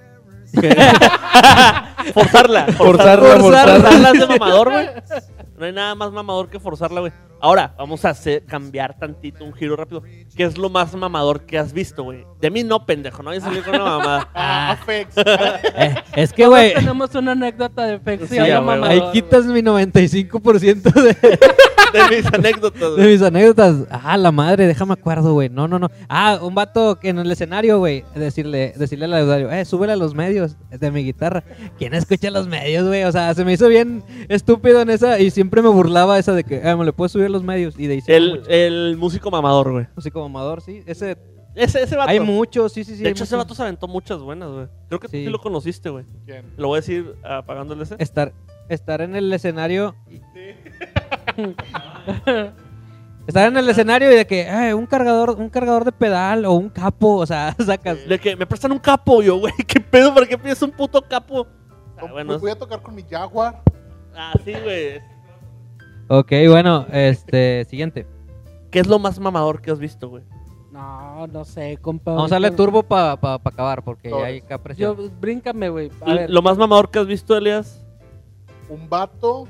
[SPEAKER 4] Que-
[SPEAKER 2] [laughs]
[SPEAKER 1] Forzarla.
[SPEAKER 4] Forzarla, forzarla.
[SPEAKER 1] Forzarla es de mamador, güey. No hay nada más mamador que forzarla, güey. Ahora, vamos a hacer, cambiar tantito un giro rápido. ¿Qué es lo más mamador que has visto, güey? De mí no, pendejo. No voy a salir con una
[SPEAKER 2] [laughs]
[SPEAKER 1] mamada.
[SPEAKER 5] Ah, Fex.
[SPEAKER 2] Eh, es
[SPEAKER 1] [laughs]
[SPEAKER 2] que, güey,
[SPEAKER 3] Tenemos una anécdota de Fexi.
[SPEAKER 1] Sí,
[SPEAKER 3] algo
[SPEAKER 1] a huevo.
[SPEAKER 2] ahí
[SPEAKER 3] mamador,
[SPEAKER 2] quitas mi 95% de,
[SPEAKER 1] De mis anécdotas,
[SPEAKER 2] De
[SPEAKER 1] güey.
[SPEAKER 2] mis anécdotas. Ah, la madre, déjame acuerdo, güey. No, no, no. Ah, un vato que en el escenario, güey, decirle, decirle al audio, eh, súbele a los medios de mi guitarra. ¿Quién escucha los medios, güey? O sea, se me hizo bien estúpido en esa y siempre me burlaba esa de que, eh, me le puedo subir a los medios. Y de ahí sí,
[SPEAKER 1] El,
[SPEAKER 2] mucho.
[SPEAKER 1] el músico mamador, güey.
[SPEAKER 2] Así como amador, sí. Ese,
[SPEAKER 1] Ese, ese vato.
[SPEAKER 2] hay muchos, sí, sí, sí.
[SPEAKER 1] de
[SPEAKER 2] hay
[SPEAKER 1] hecho, ese
[SPEAKER 2] muchos.
[SPEAKER 1] vato se aventó muchas buenas, güey. Creo que tú
[SPEAKER 2] Sí.
[SPEAKER 1] sí lo conociste, güey.
[SPEAKER 5] ¿Quién?
[SPEAKER 1] Lo voy a decir apagándole ese.
[SPEAKER 2] Estar, estar en el escenario.
[SPEAKER 1] [laughs]
[SPEAKER 2] Estar en el escenario y de que, eh, un cargador, un cargador de pedal o un capo, o sea, [laughs] sacas.
[SPEAKER 1] De que me prestan un capo, yo, güey. [laughs] ¿Qué pedo? ¿Para qué pides un puto capo? Ah, bueno,
[SPEAKER 5] Me voy a tocar con mi Jaguar.
[SPEAKER 1] ah, sí, güey.
[SPEAKER 2] Ok, bueno, este, siguiente.
[SPEAKER 1] ¿Qué es lo más mamador que has visto, güey?
[SPEAKER 3] No, no sé, compa.
[SPEAKER 2] Vamos a darle
[SPEAKER 3] ahorita-
[SPEAKER 2] turbo para pa, pa acabar, porque
[SPEAKER 5] Sobres.
[SPEAKER 2] hay que apreciar.
[SPEAKER 3] Yo, bríncame, güey. A ver.
[SPEAKER 1] Lo más mamador que has visto, Elias.
[SPEAKER 5] Un vato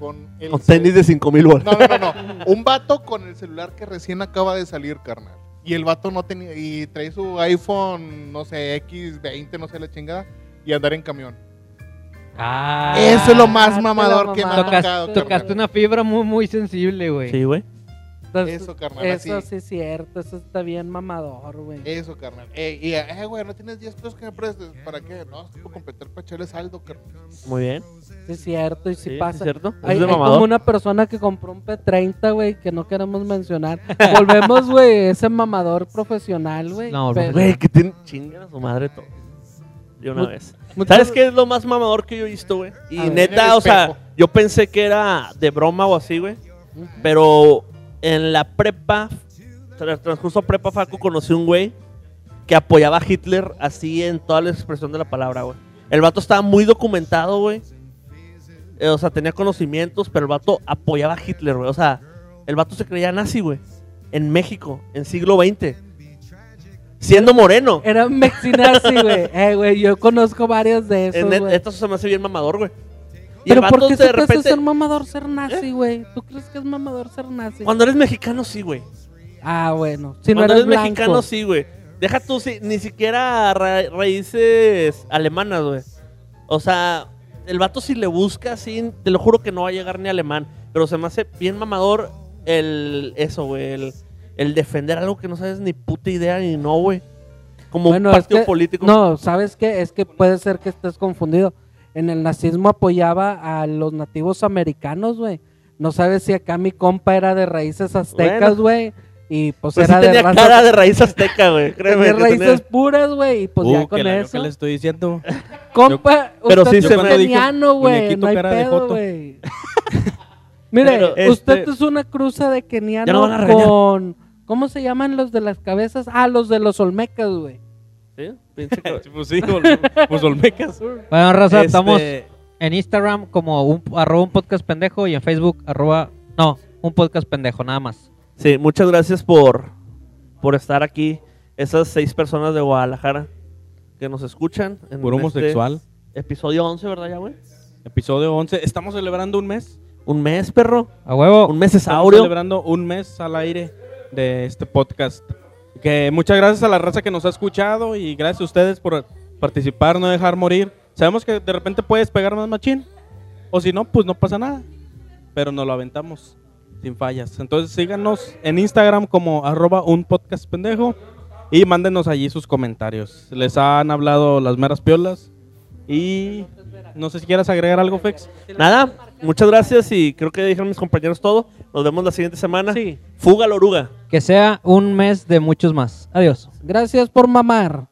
[SPEAKER 5] con el.
[SPEAKER 1] de 5000 bolas.
[SPEAKER 5] No, no, no, no. Un vato con el celular que recién acaba de salir, carnal. Y el vato no tenía. Y trae su iPhone, no sé, X20, no sé la chingada. Y andar en camión.
[SPEAKER 2] Ah,
[SPEAKER 5] Eso es lo
[SPEAKER 3] Ah,
[SPEAKER 5] más
[SPEAKER 3] te la
[SPEAKER 5] mamador que me ha
[SPEAKER 3] mamaste.
[SPEAKER 2] tocas-
[SPEAKER 5] tocado.
[SPEAKER 2] tocaste
[SPEAKER 5] carnal.
[SPEAKER 2] una fibra muy, muy sensible, güey.
[SPEAKER 1] Sí, güey.
[SPEAKER 3] Entonces,
[SPEAKER 5] Eso, carnal,
[SPEAKER 3] Eso
[SPEAKER 5] así.
[SPEAKER 3] sí es cierto, eso está bien mamador, güey.
[SPEAKER 5] Eso, carnal. Eh, y, eh, güey, no tienes 10 pesos que me prestes. ¿Para qué? No, es para completar para echarle saldo, carnal.
[SPEAKER 1] Muy bien.
[SPEAKER 3] Sí es cierto, y si
[SPEAKER 1] Sí,
[SPEAKER 3] pasa.
[SPEAKER 1] ¿Cierto? Es
[SPEAKER 3] Hay,
[SPEAKER 1] de
[SPEAKER 3] hay
[SPEAKER 1] mamador.
[SPEAKER 3] como una persona que compró un P30, güey, que no queremos mencionar. [laughs] Volvemos, güey, ese mamador profesional, güey.
[SPEAKER 2] No,
[SPEAKER 3] pero-
[SPEAKER 1] Güey, que tiene. Chingan a su madre todo. De una
[SPEAKER 3] Mu-
[SPEAKER 1] vez.
[SPEAKER 3] mucho-
[SPEAKER 1] ¿Sabes qué es lo más mamador que yo he visto, güey? Y
[SPEAKER 3] A ver.
[SPEAKER 5] En
[SPEAKER 1] neta,
[SPEAKER 5] el
[SPEAKER 1] o sea,
[SPEAKER 5] espejo.
[SPEAKER 1] yo pensé que era de broma o así, güey.
[SPEAKER 3] Ujú.
[SPEAKER 1] Pero en la prepa, en el transcurso prepa, Facu, conocí un güey que apoyaba a Hitler así en toda la expresión de la palabra, güey. El vato estaba muy documentado, güey. Eh, o sea, tenía conocimientos, pero el vato apoyaba a Hitler, güey. O sea, el vato se creía nazi, güey. En México, en siglo XX. Siendo moreno.
[SPEAKER 3] Era un mexinazi, güey. Eh, güey, yo conozco varios de
[SPEAKER 1] En
[SPEAKER 3] esos,
[SPEAKER 1] net-
[SPEAKER 3] güey.
[SPEAKER 1] esto se me hace bien mamador, güey. Y el
[SPEAKER 3] Pero ¿por
[SPEAKER 1] vato
[SPEAKER 3] qué
[SPEAKER 1] de
[SPEAKER 3] se te hace
[SPEAKER 1] repente. ¿Eh?
[SPEAKER 3] ser mamador ser nazi, güey? ¿Tú crees que es mamador ser nazi?
[SPEAKER 1] Cuando eres mexicano, sí, güey.
[SPEAKER 3] Ah, bueno. Si no
[SPEAKER 1] Cuando
[SPEAKER 3] eres,
[SPEAKER 1] eres
[SPEAKER 3] blanco.
[SPEAKER 1] mexicano, sí, güey. Deja tú, sí, ni siquiera ra- raíces alemanas, güey. O sea, el vato si le busca, sí, te lo juro que no va a llegar ni alemán. Pero se me hace bien mamador el eso, güey. El, el defender algo que no sabes ni puta idea ni no, güey. Como
[SPEAKER 3] Bueno,
[SPEAKER 1] un
[SPEAKER 3] es
[SPEAKER 1] partido
[SPEAKER 3] que-
[SPEAKER 1] político.
[SPEAKER 3] No, ¿sabes qué? Es que puede ser que estés confundido. En el nazismo apoyaba a los nativos americanos, güey. No sabes si acá mi compa era de raíces aztecas,
[SPEAKER 1] Bueno.
[SPEAKER 3] güey. Y pues
[SPEAKER 1] Pero sí
[SPEAKER 3] era de
[SPEAKER 1] tenía
[SPEAKER 3] raza-
[SPEAKER 1] cara de raíz azteca,
[SPEAKER 3] [laughs]
[SPEAKER 1] güey. Créeme.
[SPEAKER 3] tenía
[SPEAKER 1] que
[SPEAKER 3] raíces
[SPEAKER 1] tenía-
[SPEAKER 3] puras, güey. Y pues
[SPEAKER 4] Uh,
[SPEAKER 3] ya
[SPEAKER 4] que
[SPEAKER 3] con
[SPEAKER 4] la- yo
[SPEAKER 3] eso.
[SPEAKER 4] que le estoy diciendo.
[SPEAKER 3] Compa,
[SPEAKER 1] Pero
[SPEAKER 3] usted
[SPEAKER 1] sí
[SPEAKER 3] es
[SPEAKER 1] se me-
[SPEAKER 3] ucraniano, güey.
[SPEAKER 4] Muñequito
[SPEAKER 3] No hay
[SPEAKER 4] cara de
[SPEAKER 3] pedo,
[SPEAKER 4] joto.
[SPEAKER 1] [laughs]
[SPEAKER 3] güey. Mire,
[SPEAKER 1] Pero,
[SPEAKER 3] usted
[SPEAKER 4] este-
[SPEAKER 3] es una cruza de
[SPEAKER 1] Ya no
[SPEAKER 3] keniano
[SPEAKER 1] van a regañar.
[SPEAKER 3] con. ¿Cómo se llaman los de las cabezas? Ah, los de los olmecas, güey.
[SPEAKER 1] Sí, pinche
[SPEAKER 3] [laughs]
[SPEAKER 1] cara-
[SPEAKER 4] [laughs] pues sí, ol- pues Olmecas.
[SPEAKER 2] Bueno, Raza,
[SPEAKER 4] Este,
[SPEAKER 2] estamos en Instagram como un, arroba un podcast pendejo y en Facebook arroba, no, un podcast pendejo, nada más.
[SPEAKER 1] Sí, muchas gracias por, por estar aquí. Esas seis personas de Guadalajara que nos escuchan. En
[SPEAKER 4] Puro
[SPEAKER 1] este
[SPEAKER 4] homosexual.
[SPEAKER 1] episodio 11, ¿verdad, ya, güey?
[SPEAKER 4] Episodio 11. Estamos celebrando un mes.
[SPEAKER 1] Un mes, perro.
[SPEAKER 2] A huevo.
[SPEAKER 1] Un mes
[SPEAKER 4] Estamos
[SPEAKER 1] esaurio.
[SPEAKER 4] celebrando un mes al aire de este podcast. Que muchas gracias a la raza que nos ha escuchado y gracias a ustedes por participar, no dejar morir. Sabemos que de repente puedes pegar más machín. O si no, pues no pasa nada. Pero nos lo aventamos sin fallas. Entonces síganos en Instagram como arroba un podcast pendejo y mándenos allí sus comentarios. Les han hablado las meras piolas y no sé si quieras agregar algo, Fex.
[SPEAKER 1] Nada, muchas gracias y creo que dijeron mis compañeros todo. Nos vemos la siguiente semana.
[SPEAKER 3] Sí.
[SPEAKER 1] Fuga la oruga.
[SPEAKER 2] Que Que sea un mes de muchos más. Adiós.
[SPEAKER 3] Gracias por mamar.